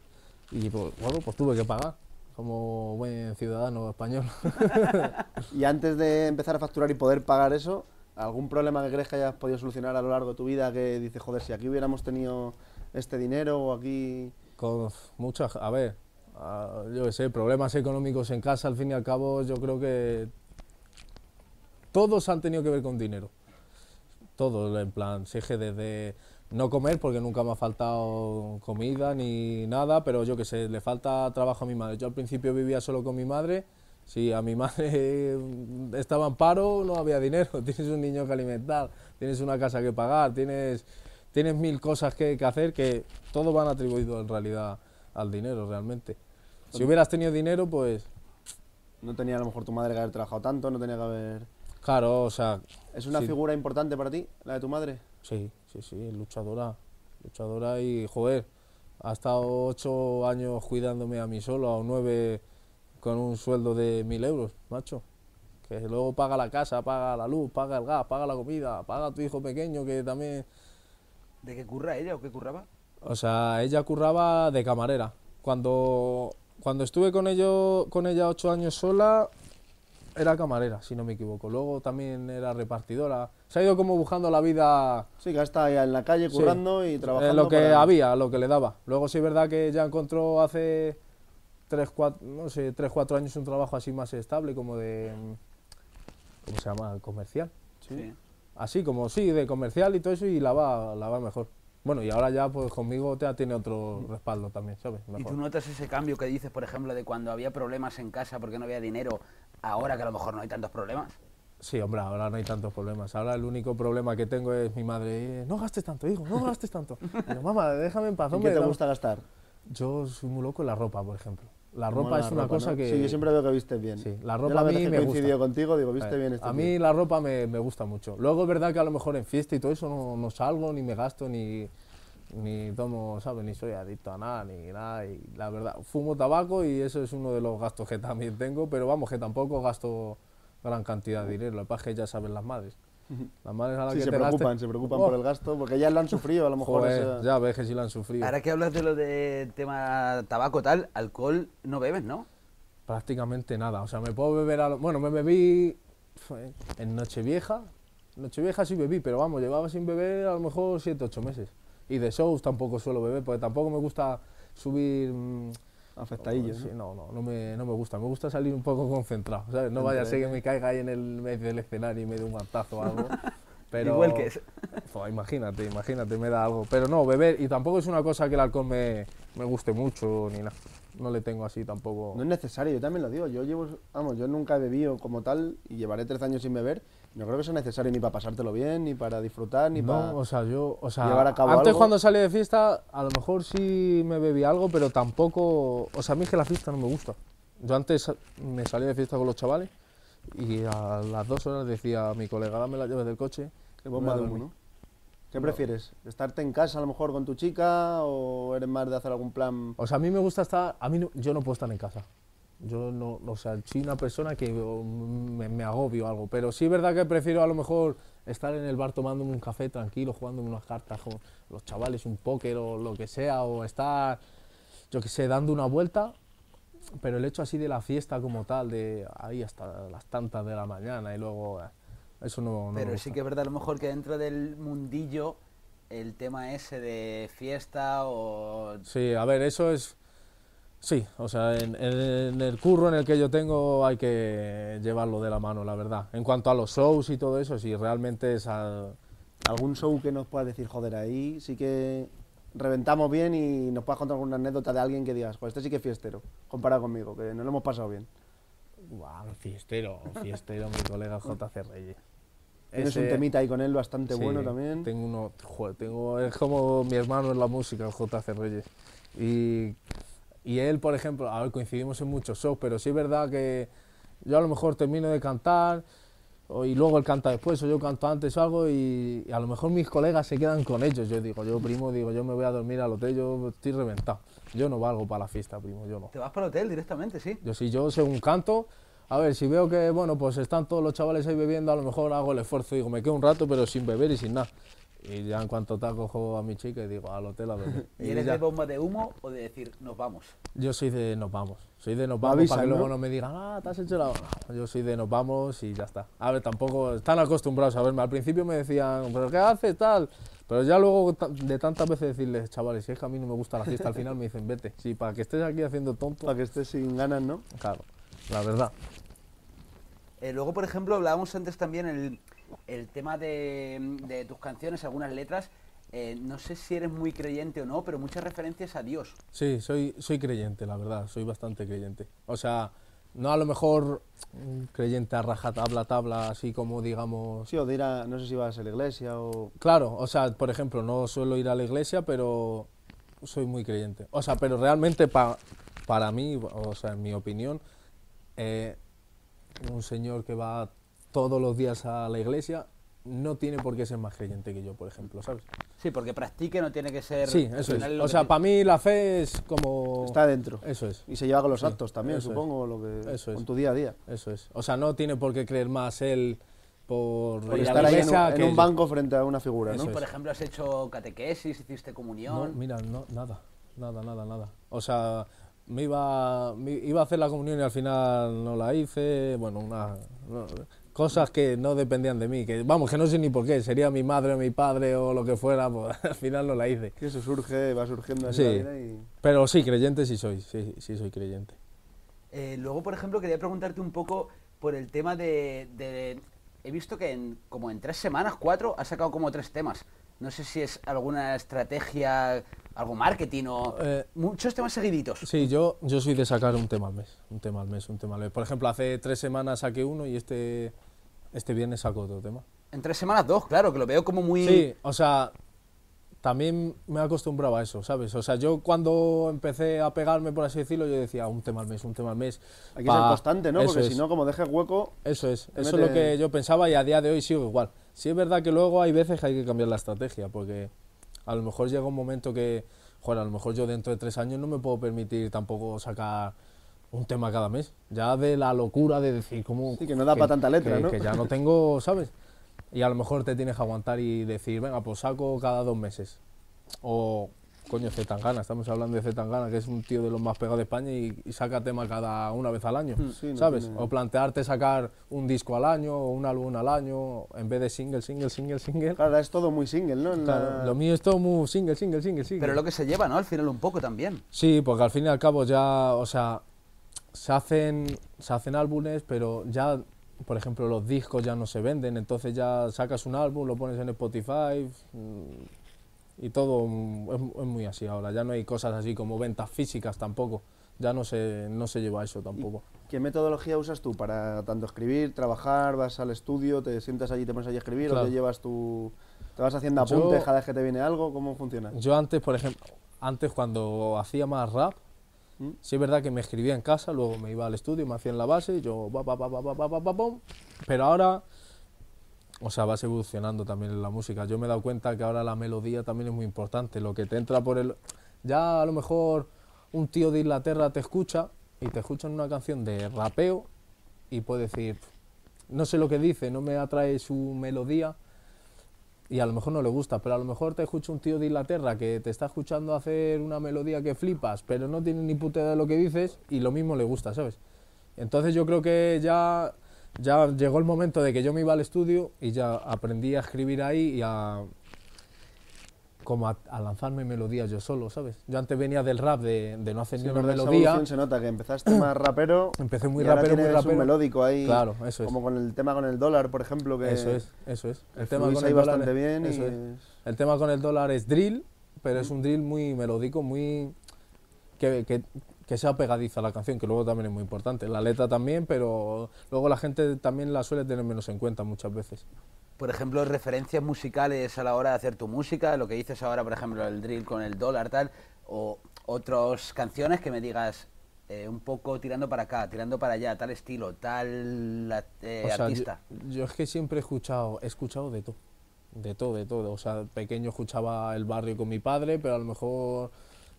y pues, bueno, pues tuve que pagar, como buen ciudadano español.
pues. Y antes de empezar a facturar y poder pagar eso, ¿algún problema que crees que hayas podido solucionar a lo largo de tu vida que dices, joder, si aquí hubiéramos tenido este dinero o aquí...
Con muchas, a ver, ah, yo qué sé, problemas económicos en casa, al fin y al cabo, yo creo que todos han tenido que ver con dinero. Todos, en plan, si es que desde no comer, porque nunca me ha faltado comida ni nada, pero yo qué sé, le falta trabajo a mi madre. Yo al principio vivía solo con mi madre, si a mi madre estaba en paro, no había dinero, tienes un niño que alimentar, tienes una casa que pagar, tienes, tienes mil cosas que, que hacer que todo van atribuido en realidad al dinero, realmente. Si hubieras tenido dinero, pues
No tenía a lo mejor tu madre que haber trabajado tanto, no tenía que haber...
claro, o sea,
¿Es una
Sí.
figura importante para ti, la de tu madre?
Sí, sí, sí, luchadora. Luchadora y, joder, ha estado ocho años cuidándome a mí solo, a nueve con un sueldo de mil euros, macho. Que luego paga la casa, paga la luz, paga el gas, paga la comida, paga a tu hijo pequeño que también...
¿De qué curra ella o qué curraba?
O sea, ella curraba de camarera. Cuando, cuando estuve con, ello, con ella ocho años sola, era camarera, si no me equivoco. Luego también era repartidora. Se ha ido como buscando la vida
Sí, que has estado ahí en la calle
Sí.
currando y
Eh,
trabajando.
lo que
para-
había, lo que le daba. Luego sí es verdad que ya encontró hace 3, 4, no sé, tres, cuatro años un trabajo así más estable, como de... mm, ¿Cómo se llama? Comercial.
Sí.
Así como, sí, de comercial y todo eso y la va, la va mejor. Bueno, y ahora ya pues conmigo ya tiene otro respaldo también, ¿sabes?
¿Y
Mejor.
tú notas ese cambio que dices, por ejemplo, de cuando había problemas en casa porque no había dinero, ahora que a lo mejor no hay tantos problemas?
Sí, hombre, ahora no hay tantos problemas. Ahora el único problema que tengo es mi madre. eh, No gastes tanto, hijo, no gastes tanto. Y yo, mamá, déjame en paz,
¿En
hombre.
qué te
la-
gusta gastar?
Yo soy muy loco en la ropa, por ejemplo. La
Mola
ropa es
la
una
ropa,
cosa
¿no?
que...
Sí, yo siempre veo que vistes bien.
Sí, la
Yo
ropa a
vez
mí
que
me gusta.
coincidido contigo, digo, viste
Eh,
bien este
a
tío.
mí la ropa me, me gusta mucho. Luego es verdad que a lo mejor en fiesta y todo eso no, no salgo, ni me gasto, ni, ni tomo, ¿sabes? Ni soy adicto a nada, ni nada. Y la verdad, fumo tabaco y eso es uno de los gastos que también tengo, pero vamos, que tampoco gasto gran cantidad de dinero. Lo que pasa es que ya saben las madres. Las madres a las
Sí,
que
se
te
preocupan,
gasten-
se preocupan
Oh,
por el gasto, porque ya lo han sufrido a lo mejor.
joder,
esa-
ya ves que sí la han sufrido.
Ahora que hablas de lo de tema tabaco tal, alcohol no bebes, ¿no?
prácticamente nada. O sea, me puedo beber a lo- Bueno, me bebí fue en Nochevieja. Nochevieja sí bebí, pero vamos, llevaba sin beber a lo mejor 7, 8 meses. Y de shows tampoco suelo beber, porque tampoco me gusta subir... mm,
Afectadillo.
sí,
¿no?
no, no, no me, no me gusta. Me gusta salir un poco concentrado, ¿sabes? No vaya a ser que me caiga ahí en el medio del escenario y me dé un guantazo o algo. Pero,
Igual que es.
Fua, imagínate, imagínate, me da algo. Pero no, beber, y tampoco es una cosa que el alcohol me, me guste mucho ni nada. No le tengo así tampoco.
No es necesario, yo también lo digo. Yo llevo, vamos, yo nunca he bebido como tal y llevaré tres años sin beber. No creo que sea necesario ni para pasártelo bien, ni para disfrutar, ni para.
No, o sea, yo, o sea,
llevar a cabo
antes
algo.
cuando salí de fiesta, a lo mejor sí me bebí algo, pero tampoco, o sea, a mí es que la fiesta no me gusta. Yo antes me salía de fiesta con los chavales y a las dos horas decía a mi colega, dame las llaves del coche.
Qué bomba
me
de
voy a
humo,
dormir".
¿no? ¿Qué prefieres? ¿Estarte en casa a lo mejor con tu chica o eres más de hacer algún
Mm.
plan?
O sea, a mí me gusta estar, a mí no- yo no puedo estar en casa. Yo no, o sea, soy una persona que o, me, me agobio o algo, pero sí es verdad que prefiero a lo mejor estar en el bar tomándome un café tranquilo, jugándome unas cartas con los chavales, un póker o lo que sea, o estar, yo qué sé, dando una vuelta. Pero el hecho así de la fiesta como tal, de ahí hasta las tantas de la mañana y luego, eh, eso no, no me
Pero
gusta.
sí que es verdad, a lo mejor que dentro del mundillo, el tema ese de fiesta o.
Sí, a ver, eso es. Sí, o sea, en, en el curro en el que yo tengo hay que llevarlo de la mano, la verdad. En cuanto a los shows y todo eso, sí, realmente es. al-
¿Algún show que nos puedas decir, joder, ahí sí que reventamos bien y nos puedas contar alguna anécdota de alguien que digas, joder, este sí que es fiestero, comparado conmigo, que no lo hemos pasado bien?
Guau, fiestero, fiestero, mi colega JC Reyes.
Tienes un
Ese-
temita ahí con él bastante
sí,
bueno también.
Tengo uno, joder, tengo, es como mi hermano en la música, el JC Reyes. Y, y él, por ejemplo, a ver, coincidimos en muchos shows, pero sí es verdad que yo a lo mejor termino de cantar o- y luego él canta después o yo canto antes o algo y, y a lo mejor mis colegas se quedan con ellos. Yo digo, yo primo, digo, yo me voy a dormir al hotel, yo estoy reventado. Yo no valgo para la fiesta, primo, yo no.
Te vas para el hotel directamente, sí.
Yo si yo según canto, a ver, si veo que, bueno, pues están todos los chavales ahí bebiendo, a lo mejor hago el esfuerzo, digo, me quedo un rato, pero sin beber y sin nada. Y ya en cuanto tal cojo a mi chica y digo, al hotel a beber.
¿Y
Y
eres
ya.
de bomba de humo o de decir, nos vamos?
Yo soy de nos vamos. Soy de nos vamos
avisan,
para que luego
¿no?
¿no? me digan, ah, te has hecho la... No, Yo soy de nos vamos y ya está. A ver, tampoco están acostumbrados a verme. Al principio me decían, pero ¿qué haces tal? Pero ya luego ta- de tantas veces decirles, chavales, si es que a mí no me gusta la fiesta, al final me dicen, vete. Sí, para que estés aquí haciendo tonto.
Para que estés sin ganas, ¿no?
Claro, la verdad.
Eh, luego, por ejemplo, hablábamos antes también el, el tema de, de tus canciones, algunas letras. Eh, no sé si eres muy creyente o no, pero muchas referencias a Dios.
Sí, soy, soy creyente, la verdad, soy bastante creyente. O sea, no a lo mejor mm, creyente a rajatabla, tabla, así como digamos...
Sí, o de ir a, no sé si vas a la iglesia o...
Claro, o sea, por ejemplo, no suelo ir a la iglesia, pero soy muy creyente. O sea, pero realmente pa- para mí, o sea, en mi opinión, eh, un señor que va todos los días a la iglesia no tiene por qué ser más creyente que yo, por ejemplo, ¿sabes?
Sí, porque practique no tiene que ser.
Sí,
al
eso es.
final lo
O
que
sea,
te-
para mí la fe es como...
Está dentro.
Eso es.
Y se lleva con los
Sí,
actos también,
eso es.
supongo, lo que,
Eso es. Pues
con tu día a día.
Eso es. O sea, no tiene por qué creer más él por,
Por
ir a la
estar ahí en un,
iglesia
en
que
un
yo.
banco frente a una figura,
Eso
¿no?
es.
Por ejemplo, has hecho catequesis, hiciste
No,
comunión.
mira, no, nada, nada, nada, nada. O sea, me iba, me iba a hacer la comunión y al final no la hice. Bueno, una, no- cosas que no dependían de mí. Que, vamos, que no sé ni por qué. Sería mi madre, mi padre o lo que fuera. pues, al final no la hice.
Que eso surge, va surgiendo así
Sí.
la vida y...
Pero sí, creyente sí soy. Sí, sí soy creyente.
Eh, luego, por ejemplo, quería preguntarte un poco por el tema de... de- he visto que en, como en tres semanas, cuatro, has sacado como tres temas. No sé si es alguna estrategia, algo marketing o...
Eh,
muchos temas seguiditos.
Sí, yo, yo soy de sacar un tema al mes, un tema al mes, un tema al mes. Por ejemplo, hace tres semanas saqué uno y este, este viernes saco otro tema.
En tres semanas dos, claro, que lo veo como muy...
Sí, o sea, también me acostumbraba a eso, ¿sabes? O sea, yo cuando empecé a pegarme, por así decirlo, yo decía "Ah, un tema al mes, un tema al mes.
Hay que
pa-
ser constante, ¿no?
Eso
Porque si
es,
no, como dejes hueco,
Eso es,
te
eso es lo
mete-
que yo pensaba y a día de hoy sigo igual. Sí es verdad que luego hay veces que hay que cambiar la estrategia, porque a lo mejor llega un momento que, joder, a lo mejor yo dentro de tres años no me puedo permitir tampoco sacar un tema cada mes. Ya de la locura de decir, ¿cómo...?
Sí, que no da pa' tanta letra,
que-
¿no?
Que ya no tengo, ¿sabes? Y a lo mejor te tienes que aguantar y decir, venga, pues saco cada dos meses. O coño, Zetangana, estamos hablando de Zetangana, que es un tío de los más pegados de España y, y saca tema cada una vez al año,
Mm. Sí, no
¿sabes?
tiene-
O plantearte sacar un disco al año o un álbum al año, en vez de single, single, single, single.
Claro, es todo muy single, ¿no? En
Claro,
la-
lo mío es todo muy single, single, single, single.
Ah. Pero es lo que se lleva, ¿no? Al final un poco también.
Sí, porque al fin y al cabo ya, o sea, se hacen, se hacen álbumes, pero ya, por ejemplo, los discos ya no se venden, entonces ya sacas un álbum, lo pones en Spotify mm, y todo mm, es, es muy así ahora. Ya no hay cosas así como ventas físicas tampoco. Ya no se, no se lleva eso tampoco.
¿Qué metodología usas tú para tanto escribir, trabajar, vas al estudio, te sientas allí, te pones allí a escribir o
Claro.
te llevas tu... ¿Te vas haciendo
Yo-
apuntes cada vez que te viene algo? ¿Cómo funciona?
Yo antes, por ejemplo, antes cuando hacía más rap,
¿Mm?
sí es verdad que me escribía en casa, luego me iba al estudio, me hacían la base, yo pa, pa, pa, pa, pa, pa, pa, pa, pum. Pero ahora, o sea, vas evolucionando también la música. Yo me he dado cuenta que ahora la melodía también es muy importante. Lo que te entra por el. Ya a lo mejor un tío de Inglaterra te escucha y te escucha en una canción de rapeo y puede decir, no sé lo que dice, no me atrae su melodía y a lo mejor no le gusta, pero a lo mejor te escucha un tío de Inglaterra que te está escuchando hacer una melodía que flipas, pero no tiene ni puta idea de lo que dices y lo mismo le gusta, ¿sabes? Entonces yo creo que ya, ya llegó el momento de que yo me iba al estudio y ya aprendí a escribir ahí y a como a, a lanzarme melodías yo solo, ¿sabes? Yo antes venía del rap de, de no hacer
Sí,
ni
es
una
verdad, esa
melodía.
evolución se nota que empezaste más rapero.
Empecé muy
y ahora
rapero, muy
tienes un
rapero.
melódico ahí.
Claro, eso es.
Como con el tema con el dólar, por ejemplo, que
Eso es, eso es.
que fluís ahí
dólar
bastante
es-
bien.
eso
y
es. El tema con el dólar es drill, pero es un drill muy melódico, muy. Que, que, que sea pegadiza la canción, que luego también es muy importante. La letra también, pero luego la gente también la suele tener menos en cuenta muchas veces.
Por ejemplo, referencias musicales a la hora de hacer tu música, lo que dices ahora, por ejemplo, el drill con el dólar, tal, o otras canciones que me digas eh, un poco tirando para acá, tirando para allá, tal estilo, tal la- eh,
O sea, yo-
artista.
Yo, es que siempre he escuchado, he escuchado de todo, de todo, de todo. O sea, pequeño escuchaba el barrio con mi padre, pero a lo mejor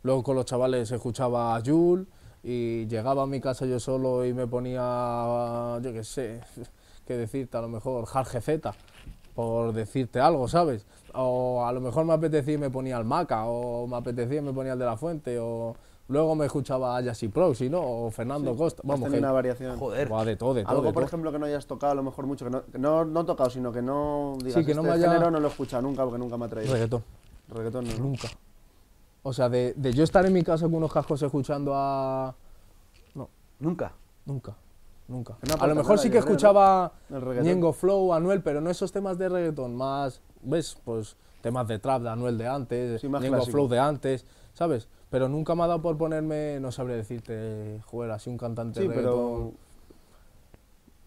luego con los chavales escuchaba a Jul y llegaba a mi casa yo solo y me ponía, yo qué sé, qué decirte, a lo mejor Jarge Z, por decirte algo, ¿sabes? O a lo mejor me apetecía y me ponía el Maca, o me apetecía y me ponía el de la Fuente, o luego me escuchaba a Yassi Proxy, ¿no? O Fernando Costa.
Has
Vamos,
tenido
que-
Pues una variación.
Joder.
Buah, de todo, de todo.
Algo,
de
por
todo.
ejemplo, que no hayas tocado a lo mejor mucho, que no, que no, no tocado, sino que no digas,
que no
este
me haya-
género no lo he escuchado nunca porque nunca me ha traído.
Reggaetón.
Reggaetón no.
Nunca. O sea, de, de yo estar en mi casa con unos cascos escuchando a... No,
Nunca.
nunca, nunca.
Que no
a
aporta
lo mejor
nada,
sí
yo
que
creo, ¿no?
escuchaba
El reggaetón.
Ñengo Flow, Anuel, pero no esos temas de reggaetón, más, ¿ves? Pues temas de trap de Anuel de antes,
Sí, más
Ñengo
clásico.
Flow de antes, ¿sabes? Pero nunca me ha dado por ponerme, no sabré decirte, joder, así un cantante
Sí,
de
pero
reggaetón,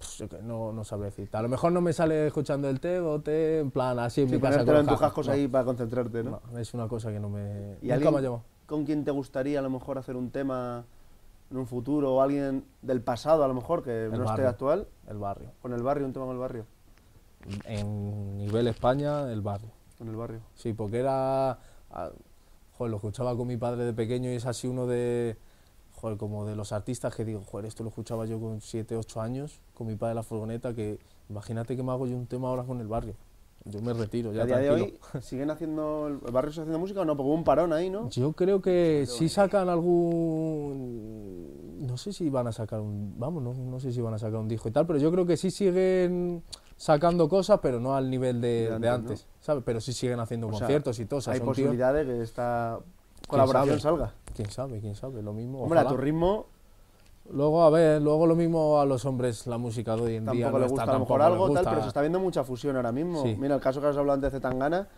pf, yo que no, no sabré decirte. A lo mejor no me sale escuchando el té o té, en plan, así en
sí,
mi casa con
ponértelo
los
en tus cascos
no.
ahí para concentrarte, ¿no?
No, es una cosa que no me...
¿Y
nunca
alguien
me ha llamado.
¿Con quién te gustaría a lo mejor hacer un tema en un futuro o alguien del pasado a lo mejor que no esté
barrio.
actual?
El barrio.
Con el barrio, un tema con el barrio.
En nivel España, el barrio.
Con el barrio.
Sí, porque era... ah, Joder, lo escuchaba con mi padre de pequeño y es así uno de... Joder, como de los artistas que digo, joder, esto lo escuchaba yo con 7, 8 años, con mi padre en la furgoneta, que imagínate que me hago yo un tema ahora con el barrio. Yo me retiro, ya
a día de
tranquilo.
hoy siguen haciendo el barrio sigue haciendo música o no, porque hubo un parón ahí, ¿no?
Yo creo que si sacan algún. No sé si van a sacar un. Vamos, no, no sé si van a sacar un disco y tal, pero yo creo que sí siguen sacando cosas, pero no al nivel de,
De
de
antes,
antes,
¿no?
¿sabes? Pero sí siguen haciendo
O sea,
conciertos y todo. o sea,
Hay
son tíos-
posibilidad de que esta colaboración
sabe?
salga.
Quién sabe, quién sabe, lo mismo.
Hombre, a
ojalá.
tu ritmo
Luego, a ver, luego lo mismo a los hombres, la música de hoy en día.
tampoco
no
le
está,
gusta a lo mejor
tampoco les
algo, tal,
gusta.
pero se está viendo mucha fusión ahora mismo.
Sí.
Mira, el caso que has hablado antes de Tangana,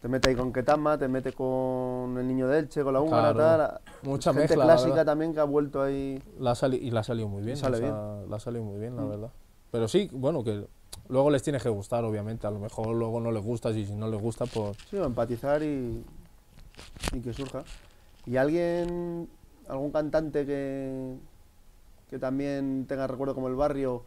te mete ahí con Ketama, te mete con el niño de Elche, con la húngara,
Claro.
tal.
Mucha
Gente
mezcla, la
clásica
verdad.
también que ha vuelto ahí.
La ha sali- y la ha salido muy bien.
sale Mm.
o sea, La ha salido muy bien, la verdad. Pero sí, bueno, que luego les tiene que gustar, obviamente. A lo mejor luego no les gusta, y si no les gusta, pues.
Sí, a empatizar y, y que surja. ¿Y alguien, algún cantante que, que también tenga recuerdo como el barrio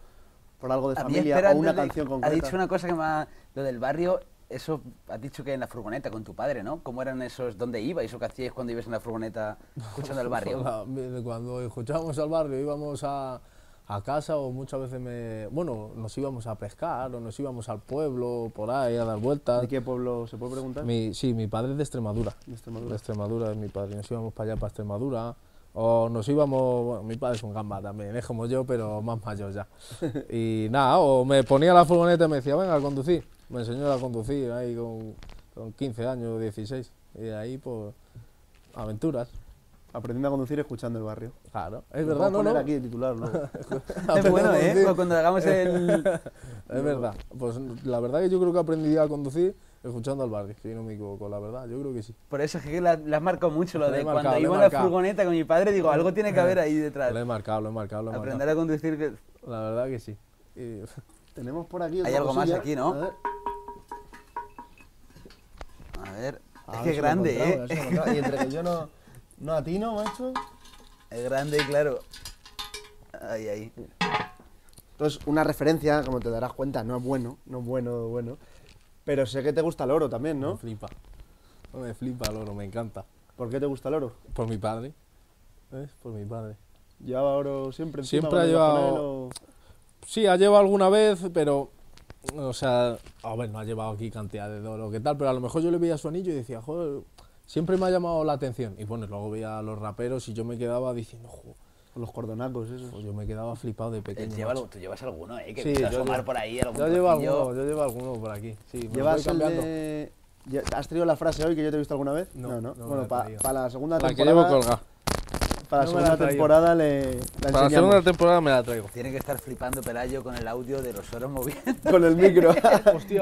por algo de
A mí,
Pues familia
espera,
o una
antes de-
canción
Has
concreta?
dicho una cosa que me ha... Lo del barrio, eso has dicho que en la furgoneta con tu padre, ¿no? ¿Cómo eran esos, dónde ibais o qué hacíais cuando ibas en la furgoneta escuchando el barrio?
Hola, mire, Cuando escuchábamos al barrio íbamos a, a casa o muchas veces me... Bueno, nos íbamos a pescar o nos íbamos al pueblo, por ahí, a dar vueltas.
¿De qué pueblo se puede preguntar?
Mi- sí, mi padre es de Extremadura.
De Extremadura.
De Extremadura es mi padre. Nos íbamos para allá, para Extremadura. O nos íbamos, bueno, mi padre es un gamba también, es como yo, pero más mayor ya. Y nada, o me ponía la furgoneta y me decía, venga, a conducir. Me enseñó a conducir ahí con, con 15 años, 16. Y de ahí, pues, aventuras.
Aprendiendo a conducir escuchando el barrio.
Claro, es
Lo
verdad,
vamos
no,
a poner
no.
aquí de titular luego.
Es bueno, ¿eh?
Aprender a
Cuando hagamos el...
Es verdad. Pues la verdad que yo creo que aprendí a conducir escuchando al barrio, si no me equivoco, la verdad, yo creo que sí.
Por eso es que la- las marcó mucho lo
Le he
de
marcado,
cuando
le he
iba en la
marcado.
furgoneta con mi padre, digo, algo tiene que haber ahí detrás.
Lo he marcado, lo he marcado, lo he marcado.
Aprender a conducir que...
La verdad que sí. Y-
Tenemos por aquí otra
Hay algo más
cosilla.
aquí, ¿no? A
A ver.
ver,
A
es que
ver si
es
lo
grande, ¿eh?
encontramos, a ver si lo encontramos. Y entre que yo no, no atino, macho.
Es grande y claro. Ay, ay.
Entonces, una referencia, como te darás cuenta, no es bueno, no es bueno, bueno. Pero sé que te gusta el oro también,
Me
¿no?
flipa. Me flipa el oro, me encanta.
¿Por qué te gusta el oro?
Por mi padre. ¿Ves? Por mi padre.
¿Llevaba oro siempre encima?
Siempre
cuando
ha
ibas con
llevado-
él o-
Sí, ha llevado alguna vez, pero. O sea, a ver, no ha llevado aquí cantidad de oro, ¿qué tal? Pero a lo mejor yo le veía su anillo y decía, joder, siempre me ha llamado la atención. Y bueno, luego veía a los raperos y yo me quedaba diciendo, "Jo,
o los cordonacos, eso.
pues yo me quedaba flipado de
Él
pequeño.
lleva
macho".
algo- tú llevas alguno, ¿eh? Que
Sí,
sí,
yo
asomar
llevo-
por ahí. Algún
Yo llevo
trocillo.
alguno, yo llevo alguno por aquí. Sí, me lo voy
¿Llevas el
cambiando.
de... Lle- ¿Has traído la frase hoy que yo te he visto alguna vez?
No, no me la
bueno,
he
para
traído.
la segunda
La que llevo
temporada,
colgada.
para la
No me la
segunda
he traído.
temporada le la
Para la
enseñamos
segunda temporada me la traigo.
Tiene que estar flipando Pelayo con el audio de los oros moviendo.
con el micro.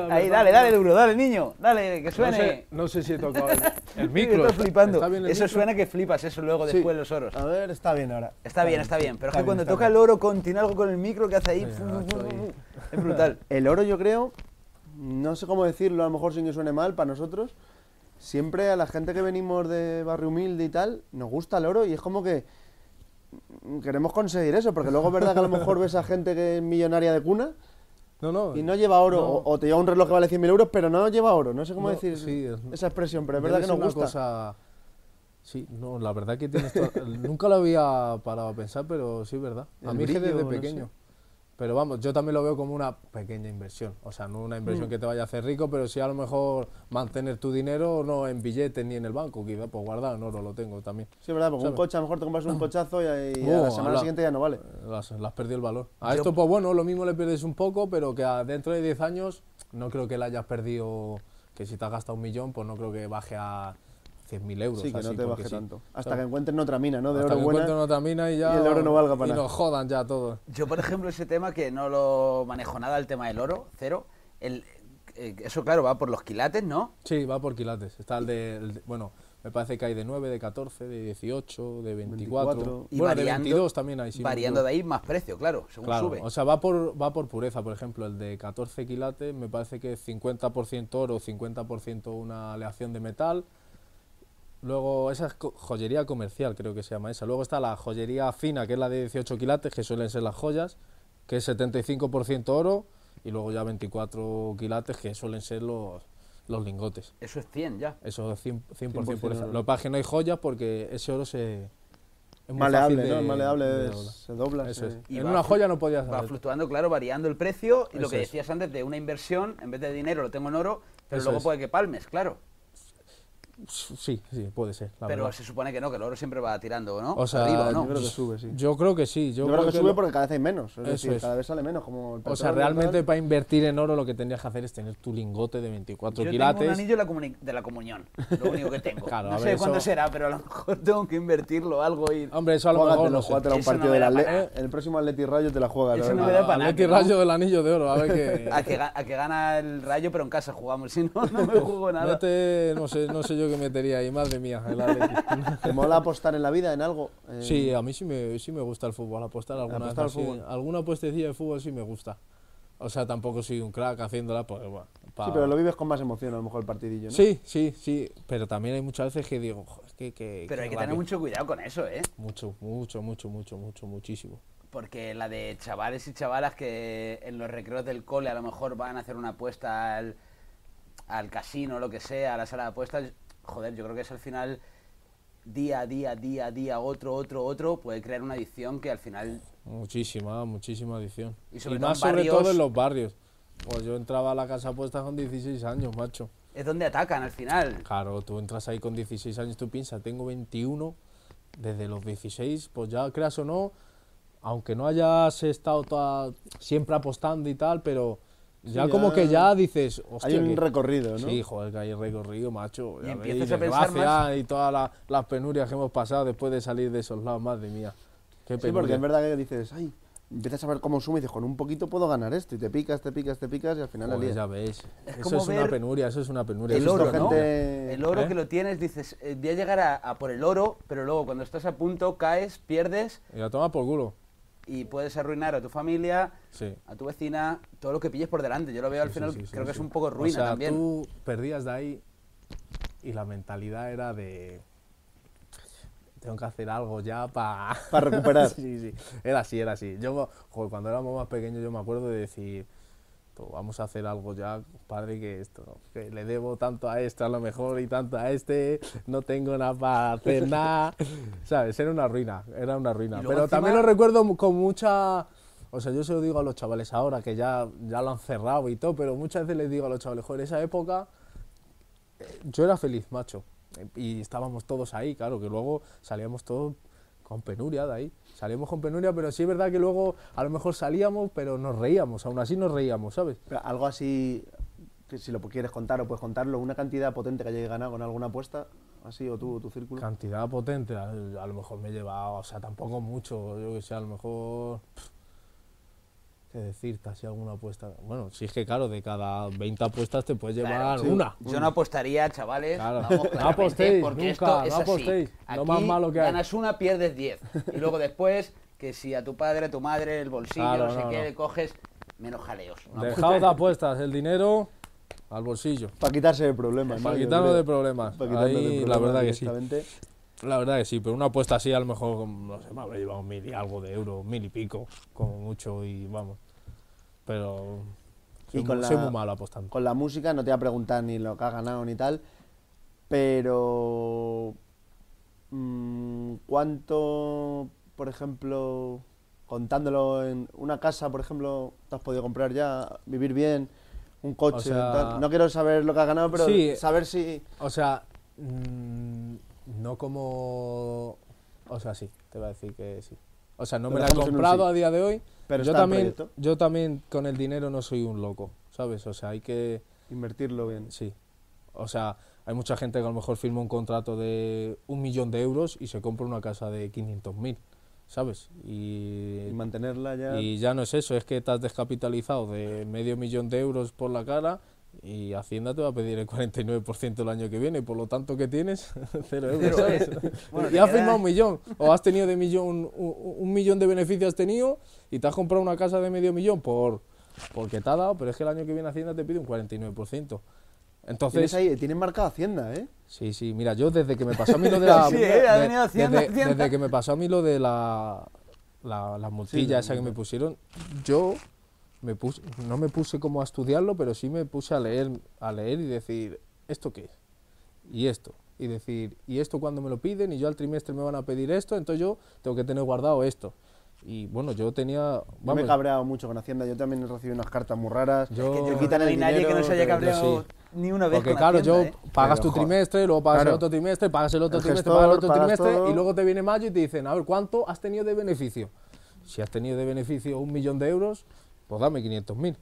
ahí, dale, dale, duro, dale, niño. Dale, que
No
suene.
sé, no sé si he tocado el, el
Yo
micro.
estoy flipando.
¿Está bien el
eso
micro?
suena que flipas, eso luego
Sí.
después los oros.
A ver, está bien ahora.
Está bien, está bien. Pero es
está
que cuando
bien, está
toca
bien.
el oro con, tiene algo con el micro que hace ahí.
Venga,
fu- fu-
macho,
fu-
ahí.
fu- Es brutal.
El oro, yo creo, no sé cómo decirlo, a lo mejor sin que suene mal para nosotros. Siempre a la gente que venimos de barrio humilde y tal, nos gusta el oro y es como que mm, queremos conseguir eso, porque luego es verdad que a lo mejor ves a gente que es millonaria de cuna
No, no.
y no lleva oro,
No.
o, o te lleva un reloj que vale 100.000 euros, pero no lleva oro. No sé cómo
No,
decir
sí, es-
esa expresión, pero es verdad
Debe
que
ser
nos
una
gusta.
cosa- Sí, no, la verdad que tienes to- Nunca lo había parado a pensar, pero sí es verdad. A
El
mí es que
brillo,
desde
no
pequeño.
sé.
Pero vamos, yo también lo veo como una pequeña inversión. O sea, no una
Mm.
inversión que te vaya a hacer rico, pero sí a lo mejor mantener tu dinero no en billetes ni en el banco, quizá pues guardado en oro lo tengo también.
Sí, es verdad, porque un
¿Sabes?
coche, a lo mejor te compras un cochazo y, y a
Oh,
la semana
ala.
siguiente ya no vale.
Las, las perdió el valor. A esto, pues bueno, lo mismo le pierdes un poco, pero que a- dentro de 10 años no creo que le hayas perdido, que si te has gastado un millón, pues no creo que baje a 100.000 euros.
Sí, que no
así,
te
porque
baje
sí.
tanto. Hasta
¿Sabes?
que encuentren otra mina, ¿no? De
Hasta
oro
que
buena.
encuentren otra mina y ya.
y el oro no valga para
y
nada.
nos jodan ya todo.
Yo, por ejemplo, ese tema que no lo manejo nada, el tema del oro, cero. El, eh, eso, claro, va por los quilates, ¿no?
Sí, va por quilates. Está el de. el de- bueno, me parece que hay de 9, de 14, de 18, de 24.
24.
Y
bueno, de
variando-
22 también hay. sí,
variando de
22.
ahí más precio, claro, según
Claro,
sube.
o sea, va por, va por pureza, por ejemplo, el de 14 quilates me parece que es 50% oro, 50% una aleación de metal. Luego, esa es co- joyería comercial, creo que se llama esa. Luego está la joyería fina, que es la de 18 quilates, que suelen ser las joyas, que es 75% oro, y luego ya 24 quilates, que suelen ser los, los lingotes.
Eso es 100 ya.
Eso es 100%, 100
100%
pureza.
oro.
Lo que pasa es que no hay joyas porque ese oro se... Es muy
Maleable,
fácil
¿no?
de-
Es Maleable,
de
es-
doblar.
se dobla.
Eso es.
se-
Y
en
va
una
flu-
joya no podías
Va
hacer.
fluctuando, claro, variando el precio. Y
Eso
lo que
es.
decías antes de una inversión, en vez de dinero lo tengo en oro, pero
Eso
luego
es.
puede que palmes, claro.
Sí, sí, puede ser. La
pero
verdad.
se supone que no, que el oro siempre va tirando, ¿no?
O sea,
Arriba, ¿no?
Yo creo que sube, sí.
Yo creo que sí. Yo,
Yo, creo que, sube
lo-
porque cada vez hay menos. Es
Eso
decir,
es.
cada vez sale menos. Como el
O sea,
petróleo,
realmente
tal.
para invertir en oro lo que tendrías que hacer es tener tu lingote de 24
Yo tengo un
quilates.
anillo de la, comuni- de la comunión, lo único que tengo.
Claro,
no
a
sé
ver, eso-
cuándo será, pero a lo mejor tengo que invertirlo algo y...
Hombre, eso a lo mejor
Júgatelo,
no sé.
júgatelo a un
Eso no
partido
me
del
da
Atle-
pa- eh.
El próximo Atleti Rayo te la juega. la
Eso no
verdad.
me da pa-
Atleti
que no.
rayo del anillo de oro, a ver que.
A que, ga- a que gana el rayo, pero en casa jugamos. Si no, no me juego nada.
Mete- no, sé, no sé yo qué metería ahí, madre mía, el Atleti.
¿Te mola apostar en la vida, en algo? Eh,
Sí, a mí sí me, sí me gusta el fútbol, apostar alguna
Apostar al
vez así,
fútbol.
alguna puestecilla de fútbol sí me gusta. O sea, tampoco soy un crack haciéndola, pues bueno. pa-
Sí, pero lo vives con más emoción, a lo mejor, el partidillo, ¿no?
Sí, sí, sí, pero también hay muchas veces que digo, "Joder, que, que...
Pero
que
hay que
rabia".
tener mucho cuidado con eso, ¿eh?
Mucho, mucho, mucho, mucho, mucho, muchísimo.
Porque la de chavales y chavalas que en los recreos del cole a lo mejor van a hacer una apuesta al, al casino, lo que sea, a la sala de apuestas, joder, yo creo que es al final día a día, día a día, otro, otro, otro, puede crear una adicción que al final
Muchísima, muchísima adicción.
Y
Y,
sobre todo en
más sobre
barrios-
todo en los barrios. Pues yo entraba a la casa puesta con 16 años, macho.
Es donde atacan al final.
Claro, tú entras ahí con 16 años, tú piensas, tengo 21, desde los 16, pues ya creas o no, aunque no hayas estado toda- siempre apostando y tal, pero ya
ya-
como que ya dices, hostia.
Hay un
que-
recorrido, ¿no?
Sí, joder, que hay recorrido, macho.
Y
ya
empiezas
veis,
a pensar
desgracia
más.
y todas la- las penurias que hemos pasado después de salir de esos lados, madre mía. Qué
Sí, porque
penuria.
es verdad que dices, ay, empiezas a ver cómo suma y dices, con un poquito puedo ganar esto. Y te picas, te picas, te picas y al final la
Joder,
lías.
ya veis. eso
como
es una
ver
penuria, eso es una penuria.
El
eso es
oro,
todo
¿no?
gente-
gente-
El oro
¿Eh?
que lo tienes, dices, eh, voy a llegar a, a por el oro, pero luego cuando estás a punto caes, pierdes
Y la toma por culo.
y puedes arruinar a tu familia,
Sí.
a tu vecina, todo lo que pilles por delante. Yo lo veo al
Sí,
final,
sí, sí,
creo
sí,
que
sí.
es un poco ruina
o sea,
también.
Tú perdías de ahí y la mentalidad era de. Tengo que hacer algo ya para.
Pa recuperar.
sí, sí. Era así, era así. Yo, joder, cuando éramos más pequeños, yo me acuerdo de decir. "Tú, Pues Vamos a hacer algo ya, padre, que esto, que le debo tanto a este a lo mejor y tanto a este, no tengo nada para hacer nada, ¿sabes? Era una ruina, era una ruina.
Y luego
Pero también
encima-
lo recuerdo mu- con mucha. O sea, yo se lo digo a los chavales ahora que ya, ya lo han cerrado y todo, pero muchas veces les digo a los chavales, joder, esa época eh, yo era feliz, macho. Y estábamos todos ahí, claro, que luego salíamos todos con penuria de ahí. Salíamos con penuria, pero sí es verdad que luego a lo mejor salíamos, pero nos reíamos, aún así nos reíamos, ¿sabes?
Pero Algo así, que si lo quieres contar o puedes contarlo, una cantidad potente que hayáis ganado con alguna apuesta, así, o tú, o tu círculo.
Cantidad potente, a, a lo mejor me he llevado, o sea, tampoco mucho, yo que sé, a lo mejor. pff, ¿Qué decirte? Así alguna apuesta. Bueno, si es que, claro, de cada 20 apuestas te puedes llevar
Claro, sí.
una.
Yo no apostaría, chavales.
Claro.
vamos,
No
claramente,
apostéis, nunca,
porque esto es
no
así.
apostéis. Lo
Aquí
más malo que hay.
ganas una, pierdes diez. Y luego después, que si a tu padre, a tu madre, el bolsillo,
Claro,
no sé
no,
qué,
no.
le coges, menos jaleos. ¿no?
Dejaos de apuestas, el dinero al bolsillo.
Para quitarse de problemas.
Para
¿no? Yo
quitarnos
creo.
de problemas.
Pa' quitarnos
Ahí,
de
la
problemas
verdad que sí.
directamente.
La verdad que sí, pero una apuesta así a lo mejor, como, no sé, me habré llevado mil y algo de euros, mil y pico, como mucho, y vamos. Pero soy,
Y con
muy,
la-
soy muy malo apostando.
Con la música no te voy a preguntar ni lo que has ganado ni tal, pero mm, ¿cuánto, por ejemplo, contándolo en una casa, por ejemplo, te has podido comprar ya, vivir bien, un coche,
sea-
tal? no quiero saber lo que has ganado, pero
Sí.
saber si
O sea, mm, no como... O sea, sí, te voy a decir que sí. O sea, no
Lo
me la he
dejamos en un
comprado
sí.
a día de hoy,
Pero
yo
está en
también,
proyecto.
yo también con el dinero no soy un loco, ¿sabes? O sea, hay que...
invertirlo bien.
Sí. O sea, hay mucha gente que a lo mejor firma un contrato de un millón de euros y se compra una casa de 500.000, ¿sabes? Y,
Y mantenerla ya.
y ya no es eso, es que estás descapitalizado de medio millón de euros por la cara y Hacienda te va a pedir el 49% el año que viene, por lo tanto que tienes, cero euros.
Cero, ¿eh?
¿sabes?
Bueno, te
y has
quedas-
firmado un millón, o has tenido de millón, un, un- un millón de beneficios has tenido y te has comprado una casa de medio millón por porque te ha dado, pero es que el año que viene Hacienda te pide un 49%.
Tienes
Entonces,
ahí, tienes marcada Hacienda, ¿eh?
Sí, sí, mira, yo desde que me pasó a mí lo de la.
Sí, eh, ha
de-
venido haciendo,
desde,
haciendo.
desde que me pasó a mí lo de la. La, la multilla esa que me pusieron, yo me puse, no me puse como a estudiarlo, pero sí me puse a leer, a leer y decir, ¿esto qué es? Y esto. Y decir, ¿y esto cuando me lo piden? Y yo al trimestre me van a pedir esto, entonces yo tengo que tener guardado esto. Y bueno, yo tenía.
Yo me he
vamos,
cabreado mucho con Hacienda, yo también he recibido unas cartas muy raras.
Yo- Es
que
que
te
yo
quitan
no
el
hay nadie que
dinero,
no se haya
te-
cabreado
sí.
ni una vez
Porque
con
claro,
Hacienda,
yo
¿eh?
pagas
Pero,
tu
joder.
trimestre, luego pagas
Claro.
el otro trimestre, pagas el otro
El
trimestre,
gestor,
pagas el otro
pagas
trimestre
todo.
y luego te viene mayo y te dicen, a ver, ¿cuánto has tenido de beneficio? Si has tenido de beneficio un millón de euros, pues dame 500.000.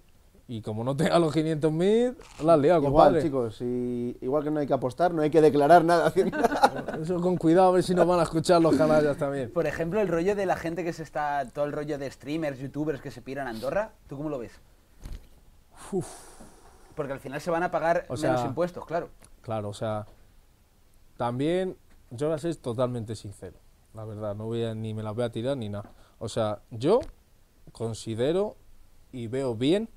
Y como no tenga los 500.000, la has liado,
Igual,
compadre.
chicos, y- igual que no hay que apostar, no hay que declarar nada a Hacienda.
Eso con cuidado, a ver si nos van a escuchar los canallas también.
Por ejemplo, el rollo de la gente que se está, todo el rollo de streamers, youtubers que se piran a Andorra, ¿tú cómo lo ves? Porque al final se van a pagar
O
menos
sea,
impuestos, claro.
Claro, o sea, también yo voy a ser totalmente sincero, la verdad, no voy a- ni me las voy a tirar ni nada. O sea, yo considero y veo bien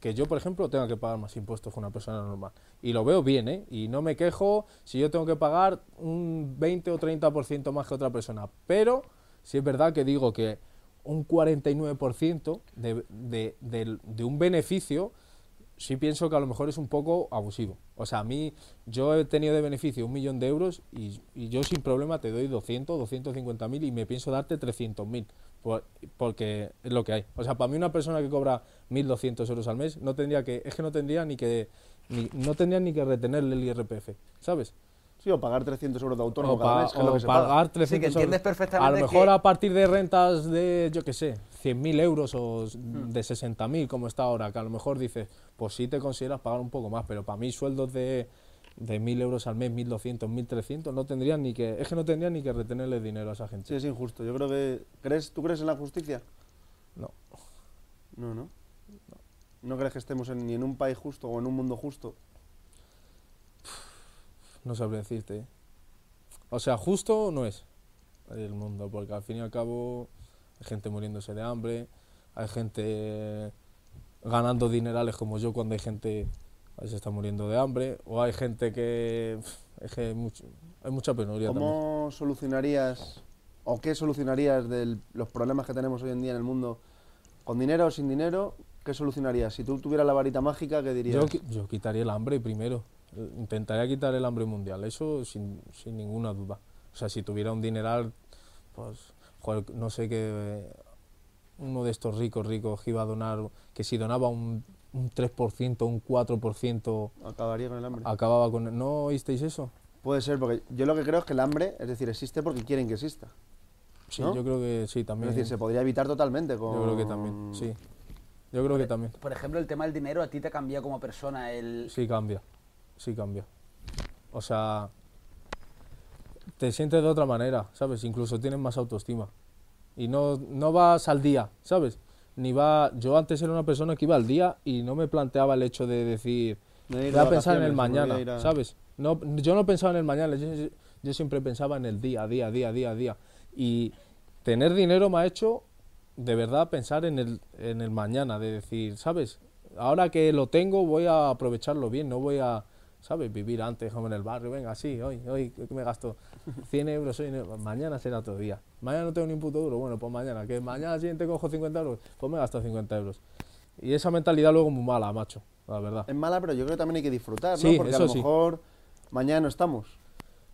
que yo, por ejemplo, tenga que pagar más impuestos que una persona normal. Y lo veo bien, ¿eh? Y no me quejo si yo tengo que pagar un 20 o 30% más que otra persona. Pero sí es verdad que digo que un 49% de, de- del- de un beneficio sí pienso que a lo mejor es un poco abusivo. O sea, a mí, yo he tenido de beneficio un millón de euros y, y yo sin problema te doy 200, 250 mil y me pienso darte 300 mil. Por- porque es lo que hay. O sea, para mí una persona que cobra 1.200 euros al mes no tendría que, es que no tendría ni que, ni- no tendría ni que retenerle el IRPF, ¿sabes?
Sí, o pagar 300 euros de autónomo
o
cada
pa-
mes, que es lo
o
que se paga.
pagar 300
Sí, que
euros.
entiendes perfectamente
A lo mejor
que-
a partir de rentas de, yo qué sé, 100.000 euros o s-
Hmm.
de 60.000, como está ahora, que a lo mejor dices, pues sí te consideras pagar un poco más, pero para mí sueldos de, de 1.000 euros al mes, 1.200, 1.300, no tendrían ni que, es que no tendrían ni que retenerle dinero a esa gente.
Sí, es injusto. Yo creo que... ¿crees, ¿Tú crees en la justicia?
No.
No, no. ¿No crees que estemos en- ni en un país justo o en un mundo justo?
No sabría decirte. ¿eh? O sea, justo no es el mundo, porque al fin y al cabo hay gente muriéndose de hambre, hay gente ganando dinerales como yo cuando hay gente que se está muriendo de hambre, o hay gente que... pf, Es que hay, mucho- hay mucha penuria también.
¿Cómo solucionarías o qué solucionarías de los problemas que tenemos hoy en día en el mundo con dinero o sin dinero? ¿Qué solucionarías? Si tú tuvieras la varita mágica, ¿qué dirías?
Yo, qui- yo quitaría el hambre primero, eh, intentaría quitar el hambre mundial, eso sin, sin ninguna duda. O sea, si tuviera un dineral, pues, joder, no sé qué, uno de estos ricos, ricos, que iba a donar, que si donaba un, un 3%, un 4%,
Acabaría con el hambre.
acababa con... ¿No oísteis eso?
Puede ser, porque yo lo que creo es que el hambre, es decir, existe porque quieren que exista.
Sí,
¿No?
yo creo que sí,
Es
también.
decir, se podría evitar totalmente con...
Yo creo que también, sí. Yo creo que también.
Por ejemplo, el tema del dinero a ti te ha cambiado como persona. El...
Sí cambia, sí cambia. O sea, te sientes de otra manera, ¿sabes? Incluso tienes más autoestima. Y no, no vas al día, ¿sabes? Ni va... Yo antes era una persona que iba al día y no me planteaba el hecho de decir,
Me voy a ir de
voy a pensar en
vacaciones,
el
me voy a ir
mañana,
a-
¿sabes? No, yo no pensaba en el mañana, yo, yo siempre pensaba en el día, día, día, día, día. Y tener dinero me ha hecho de verdad pensar en el, en el mañana, de decir, ¿sabes? Ahora que lo tengo voy a aprovecharlo bien, no voy a, ¿sabes? Vivir antes como en el barrio, venga, sí, hoy, hoy que me gasto 100 euros, hoy, no, mañana será otro día. Mañana no tengo ni un puto duro, bueno, pues mañana, que mañana siguiente cojo 50 euros, pues me gasto 50 euros. Y esa mentalidad luego muy mala, macho, la verdad.
Es mala, pero yo creo que también hay que disfrutar, ¿no?
Sí,
Porque a
eso
lo
sí.
mejor mañana no estamos.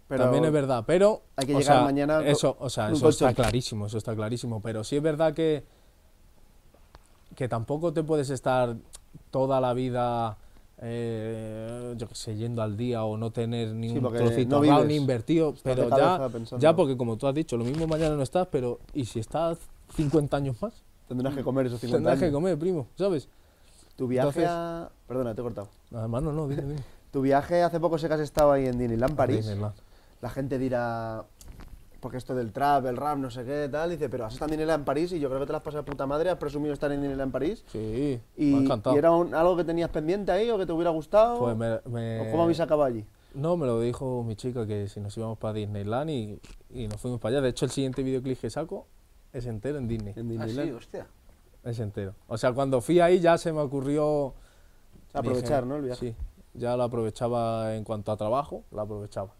Pero
También es verdad, pero...
hay que
o
llegar
sea,
mañana co-
Eso, o sea,
con un
eso está
colchón.
clarísimo, eso está clarísimo. Pero sí es verdad que... Que tampoco te puedes estar toda la vida... eh, yo qué sé, yendo al día o no tener ni
Sí,
un
porque
trocito
no
ahorrado
vives.
ni invertido,
Estás de
pero
cabeza
ya,
pensando.
ya porque como tú has dicho, lo mismo mañana no estás, pero ¿y si estás 50 años más?
Tendrás que comer esos 50
Tendrás que
años.
comer, primo, ¿sabes?
Tu viaje
Entonces-
a... Perdona, te he cortado.
Además, no, no, dime, dime.
Tu viaje hace poco sé que has estado ahí en Disneyland París.
Disneyland.
La gente dirá, porque esto del trap, el rap, no sé qué, tal, dice, pero has estado en Disneyland París y yo creo que te las pasas de puta madre, has presumido estar en Disneyland París.
Sí,
Y,
me ha encantado.
y era un- algo que tenías pendiente ahí o que te hubiera gustado.
Pues me- me-
¿O cómo habéis acabado allí?
No, me lo dijo mi chica que si nos íbamos para Disneyland y, y nos fuimos para allá. De hecho, el siguiente videoclip que saco es entero en Disney.
En
Ah, sí,
Disneyland.
hostia.
Es entero. O sea, cuando fui ahí ya se me ocurrió...
Aprovechar, ¿no? El
Sí,
viaje.
ya lo aprovechaba en cuanto a trabajo, lo aprovechaba.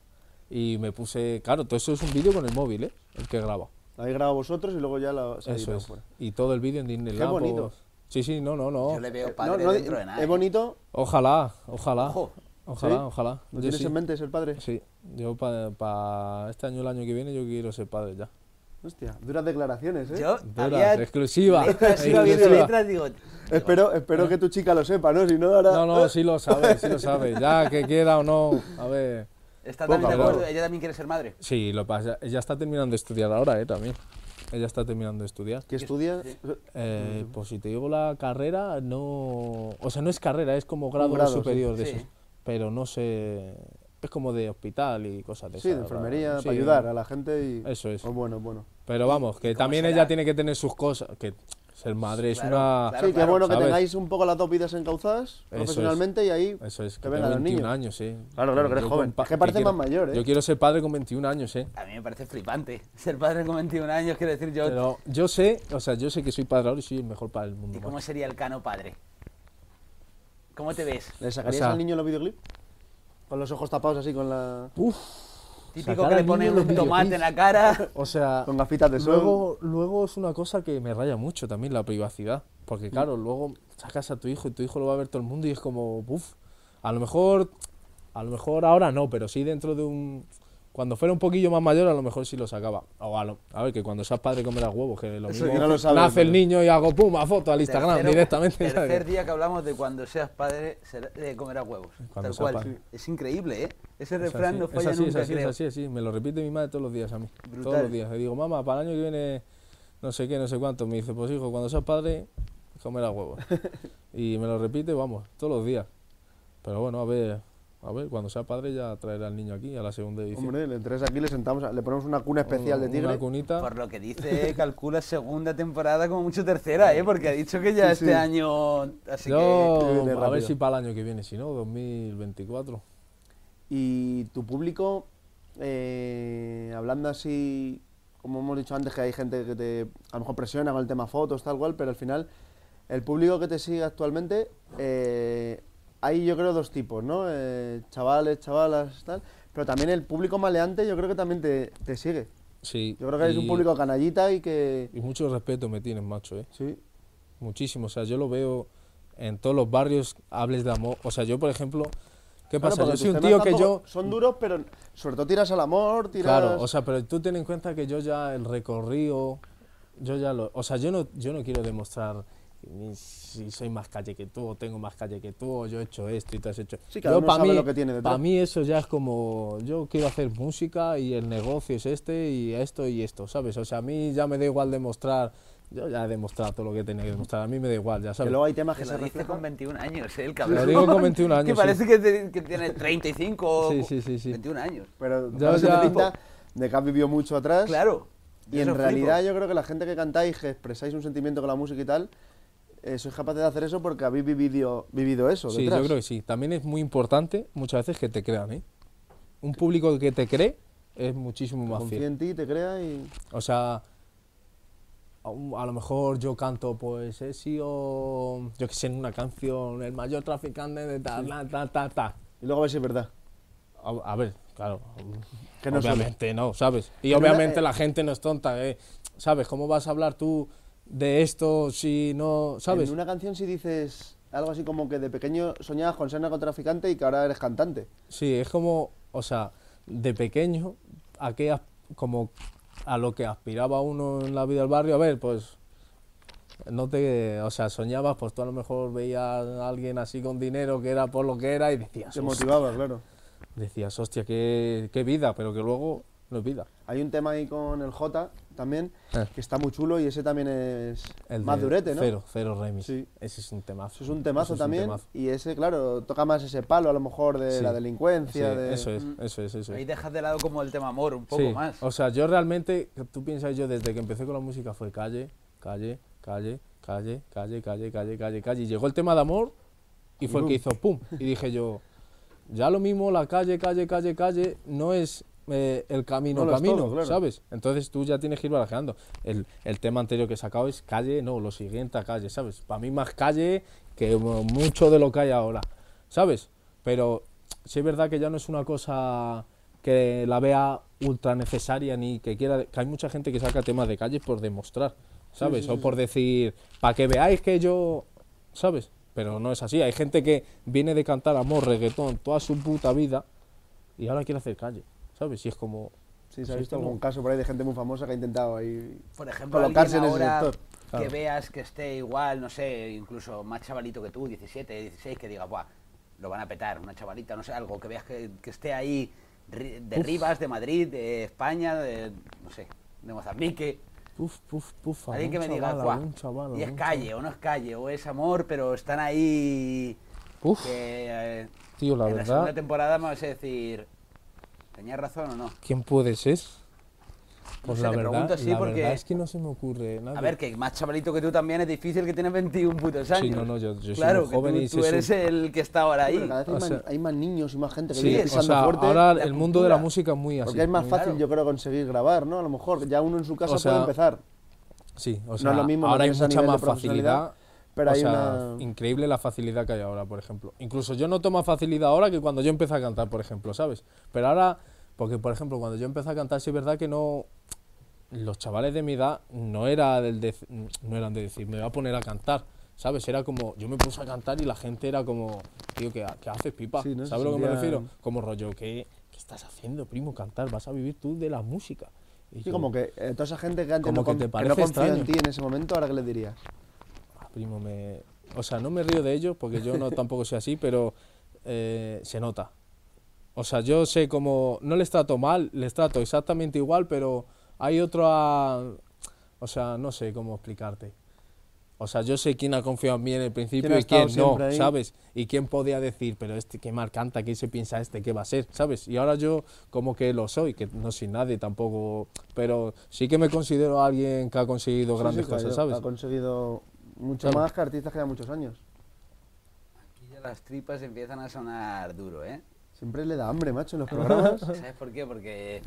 Y me puse... Claro, todo eso es un vídeo con el móvil, ¿eh? El que graba.
Lo habéis grabado vosotros y luego ya lo se ha
eso
editado
es.
fuera.
Y todo el vídeo en Disneyland.
bonito.
pues- Sí, sí, no, no, no.
Yo le
Eh,
veo padre
no, no,
dentro de nada.
Es
¿eh?
bonito.
Ojalá, ojalá.
Ojo.
Ojalá,
¿Sí?
ojalá.
¿Lo
Yo
tienes
sí.
en mente ser padre?
Sí, yo para este año, el año que viene, yo quiero ser padre ya.
Hostia, duras declaraciones, ¿eh?
Yo
Duras,
había
exclusiva.
letras, iba viendo
exclusiva.
letras, digo...
Espero, espero que tu chica lo sepa, ¿no? Si no, ahora...
No, no, sí lo sabe, sí lo sabe. Ya que quiera o no, a ver.
Está también
Poco
de
a poco.
acuerdo, ella también quiere ser madre.
Sí, lo pasa. Ella está terminando de estudiar ahora, eh, también. Ella está terminando de estudiar.
¿Qué estudias?
Eh, pues si te digo la carrera, no. O sea, no es carrera, es como grado,
grado,
superior
sí.
de
Sí.
esos. Pero no sé. Es como de hospital y cosas de
Sí, de
esas,
enfermería,
sí.
para ayudar a la gente y...
Eso es.
Pues bueno, bueno.
Pero vamos, que también
será?
ella tiene que tener sus cosas. Que ser madre es
Claro,
una.
claro,
sí, qué
claro.
bueno que
¿Sabes?
tengáis un poco las dos vidas encauzadas
es.
profesionalmente y ahí
Eso es,
que
que
vengan
tengo
los
21
niños.
años, sí.
Claro, claro, que eres
Yo
joven.
con pa-
Es que parece
quiero-
más mayor, ¿eh?
Yo quiero ser padre con 21 años, ¿eh?
A mí me parece flipante. Ser padre con 21 años, quiero decir yo...
Pero yo sé, o sea, yo sé que soy padre ahora y soy el mejor padre del mundo.
¿Y cómo
macho.
sería el cano padre? ¿Cómo te ves?
¿Le sacarías
O sea-
al niño los videoclips? Con los ojos tapados así, con la...
Uf,
Típico
Sacar
que le
al niño
ponen
los
un tomate en la cara.
o sea,
Con gafitas de sol.
luego, luego es una cosa que me raya mucho también la privacidad. Porque claro, luego sacas a tu hijo y tu hijo lo va a ver todo el mundo y es como, uff, a lo mejor, a lo mejor ahora no, pero sí dentro de un Cuando fuera un poquillo más mayor, a lo mejor sí lo sacaba. O a, lo- a ver, que cuando seas padre comerás huevos, que lo
Eso
mismo
que no lo sabes,
nace el
pero-
niño y hago pum, a foto al Instagram
Tercero-
directamente. ¿sabes?
Tercer día que hablamos de cuando seas padre, será- eh, comerás huevos.
Cuando
tal
seas
cual.
padre.
Es increíble, ¿eh? Ese
Es
refrán
así,
no
es
falla
así,
nunca,
es así,
creo.
es así, es así. Me lo repite mi madre todos los días a mí. Todos
Brutal.
los días. Le digo, mamá, para el año que viene, no sé qué, no sé cuánto. Me dice, pues hijo, cuando seas padre, comerás huevos. y me lo repite, vamos, todos los días. Pero bueno, a ver, a ver, cuando sea padre ya traerá al niño aquí a la segunda edición.
Hombre, le traes aquí, le sentamos, a- le ponemos una cuna especial de
Una-
tigre.
Una cunita.
Por lo que dice, calcula segunda temporada como mucho tercera, ¿eh? Porque ha dicho que ya este año... Así que...
que- Viene
Yo, a ver
rápido.
si para el año que viene, si no, 2024.
Y tu público, eh, hablando así, como hemos dicho antes, que hay gente que te a lo mejor presiona con el tema fotos, tal cual, pero al final, el público que te sigue actualmente, eh, hay yo creo dos tipos, ¿no? Eh, chavales, chavalas, tal. Pero también el público maleante, yo creo que también te, te sigue.
Sí.
Yo creo que es un
y-
público canallita y que.
Y mucho respeto me tienes, macho, ¿eh?
Sí,
Muchísimo, o sea, yo lo veo en todos los barrios, hables de amor. O sea, yo, por ejemplo, ¿qué
Claro,
pasa? yo
porque
soy
pues tus
un tío
temas
que yo...
tampoco Son duros, pero sobre todo tiras al amor, tiras.
Claro, o sea, pero tú ten en cuenta que yo ya el recorrido, yo ya lo... O sea, yo no, yo no quiero demostrar ni si soy más calle que tú, o tengo más calle que tú, o yo he hecho esto y tú has hecho...
Sí, cada uno
pa'
sabe lo que tiene detrás.
pa' mí eso ya es como, yo quiero hacer música y el negocio es este y esto y esto, ¿sabes? O sea, a mí ya me da igual demostrar, yo ya he demostrado todo lo que tenía que demostrar, a mí me da igual, ya
que
sabes.
luego hay temas
Que
que
lo
se
dice
reflejan.
con 21 años, ¿eh? El cabrón.
digo con 21 años,
Que
sí.
parece que, te- que tiene 35 o...
Sí, sí, sí, sí.
21 años.
Pero
Ya,
claro, se
ya.
te pinta de que has vivido mucho atrás.
Claro.
Y
Yo
en
eso
realidad
flipo.
yo creo que la gente que cantáis, que expresáis un sentimiento con la música y tal, eh, sois capaces de hacer eso porque habéis vivido, vivido eso
Sí,
detrás.
yo creo que sí. También es muy importante muchas veces que te crean, ¿eh? Un público que te cree es muchísimo más
Confía
fiel.
en ti, te crea y...
O sea, a, un- a lo mejor yo canto, pues he sido, yo que sé, en una canción, el mayor traficante de ta, ta, ta, ta, ta.
y luego a ver si es verdad.
A, a ver, claro.
Que no
obviamente no, ¿sabes? Y
Pero una-
obviamente
eh,
la gente no es tonta, ¿eh? ¿Sabes? ¿Cómo vas a hablar tú de esto si no, sabes?
En una canción si dices algo así como que de pequeño soñabas con ser narcotraficante y que ahora eres cantante.
Sí, es como, o sea, de pequeño, aquellas, como a lo que aspiraba uno en la vida del barrio, a ver, pues, no te, o sea, soñabas, pues tú a lo mejor veías a alguien así con dinero que era por lo que era y decías,
Te
hostia,
motivaba, claro.
decías, hostia, qué, qué vida, pero que luego no es vida.
Hay un tema ahí con el J también,
Eh.
que está muy chulo y ese también es
El
más
de
durete, ¿no?
Cero, cero remix.
Sí.
Ese es un temazo.
Eso es un
Eso
temazo
es un
también.
temazo.
Y ese, claro, toca más ese palo a lo mejor de
Sí.
la delincuencia.
Sí,
de... Mm.
Eso es, eso es, eso es.
Ahí dejas de lado como el tema amor un poco
Sí,
más.
O sea, yo realmente, tú piensas yo, desde que empecé con la música fue calle, calle, calle, calle, calle, calle, calle, calle, calle. Y llegó el tema de amor y fue el que hizo pum. Y dije yo, ya lo mismo, la calle, calle, calle, calle, no es eh, el camino,
No lo es
camino,
todo, claro.
¿sabes? Entonces tú ya tienes que ir barajando. El, el tema anterior que he sacado es calle, no, lo siguiente a calle, ¿sabes? Para mí más calle que mu- mucho de lo que hay ahora, ¿sabes? Pero sí es verdad que ya no es una cosa que la vea ultra necesaria ni que quiera, que hay mucha gente que saca temas de calle por demostrar, ¿sabes? o por decir, para que veáis que yo, ¿sabes? Pero no es así, hay gente que viene de cantar amor, reggaetón, toda su puta vida y ahora quiere hacer calle, ¿sabes? Y es como...
Sí, se
si
ha
es
visto
que no-
algún caso por ahí de gente muy famosa que ha intentado ahí.
por ejemplo,
colocarse
alguien
en ese
ahora
sector.
Claro.
que veas que esté igual, no sé, incluso más chavalito que tú, 17, 16, que digas, buah, lo van a petar, una chavalita, no sé, algo, que veas que, que esté ahí ri- de Rivas, de Madrid, de España, de, no sé, de Mozambique,
Puf, puf, puf,
alguien que me
algún
diga,
Pues chaval,
buah,
algún chaval,
y es
algún
calle, o no es calle, o es amor, pero están ahí,
Uf.
que eh,
Tío, la
en la
verdad,
segunda temporada me vas a decir, ¿tenías razón o no?
¿quién puede ser? Pues
sé,
la,
te
verdad,
pregunto así
la
porque-
verdad es que no se me ocurre nada.
A ver, que más chavalito que tú también es difícil que tienes 21 putos años.
no, no, yo- yo soy
claro,
muy joven
que tú,
y
tú
se sub-
eres el que está ahora ahí.
Pero cada vez hay,
O
más,
sea-
hay más niños y más gente que
Sí,
viene
o
pisando
sea,
fuerte.
ahora el
la
mundo de la
cultura.
música es muy así.
porque es más
muy-
fácil,
claro.
yo creo, conseguir grabar, ¿no? A lo mejor ya uno en su casa
O sea,
puede empezar.
Sí, o
no
sea,
es lo mismo. no
ahora hay
tienes a
mucha
nivel de
más
profesionalidad,
facilidad.
Pero
o
hay
sea,
una.
increíble la facilidad que hay ahora, por ejemplo. Incluso yo noto más facilidad ahora que cuando yo empecé a cantar, por ejemplo, ¿sabes? Pero ahora, porque por ejemplo, cuando yo empecé a cantar, sí es verdad que no. Los chavales de mi edad no, era del de- no eran de decir, me voy a poner a cantar, ¿Sabes? Era como, yo me puse a cantar y la gente era como, tío, ¿qué, ha- qué haces, pipa?
Sí, ¿no? Se
¿Sabes a lo que me
sentían-
refiero? Como rollo, ¿qué, ¿qué estás haciendo, primo? Cantar, vas a vivir tú de la música. Y
Sí, como que eh, toda esa gente que antes
Como
no,
que
con-
te
que no
parece
confía en
extraño.
ti en ese momento, ahora qué le dirías.
Ah, primo, me... O sea, no me río de ellos porque yo no tampoco soy así, pero eh, se nota. O sea, yo sé como... No les trato mal, les trato exactamente igual, pero hay otra... O sea, no sé cómo explicarte. O sea, yo sé quién ha confiado en mí en el principio
ha
y quién
estado
no,
siempre ahí.
¿sabes? Y quién podía decir, pero este, qué mal canta, qué se piensa este, qué va a ser, ¿sabes? Y ahora yo como que lo soy, que no soy nadie tampoco, pero sí que me considero alguien que ha conseguido
Sí,
grandes
sí,
cosas,
claro,
¿sabes?
Ha conseguido mucho
Claro.
más que artistas que ya muchos años.
Aquí ya las tripas empiezan a sonar duro, ¿eh?
Siempre le da hambre, macho, en los programas.
¿Sabes por qué? Porque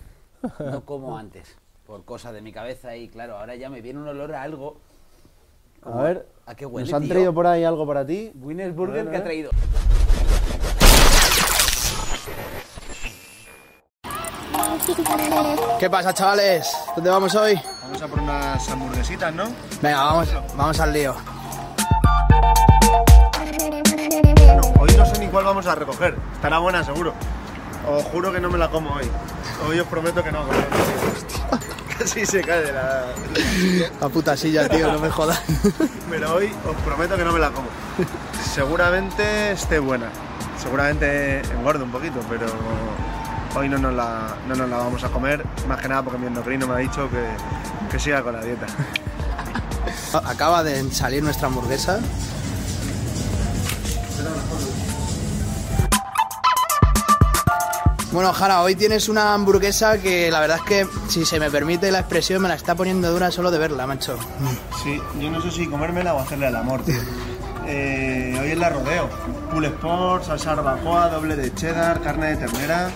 no como antes, por cosas de mi cabeza y claro, ahora ya me viene un olor a algo.
A ver,
¿A qué huele,
nos han
tío?
traído por ahí algo para ti.
Winners Burger
A ver, a
que ha
ver.
traído.
¿Qué pasa, chavales? ¿Dónde vamos hoy?
Vamos a por unas hamburguesitas, ¿no?
Venga, vamos, vamos al lío.
No, hoy no sé ni cuál vamos a recoger. Estará buena, seguro. Os juro que no me la como hoy. Hoy os prometo que no. Casi se cae de la...
La puta silla, tío, no me jodas.
Pero hoy os prometo que no me la como. Seguramente esté buena. Seguramente engorde un poquito, pero hoy no nos la, no nos la vamos a comer. Más que nada porque mi endocrino me ha dicho que, que siga con la dieta.
Acaba de salir nuestra hamburguesa. Bueno, Jara, hoy tienes una hamburguesa que la verdad es que, si se me permite la expresión, me la está poniendo dura solo de verla, macho.
Sí, yo no sé si comérmela o hacerle el amor, tío. Eh, hoy es la rodeo. Pool Sport, salsa barbacoa, doble de cheddar, carne de ternera.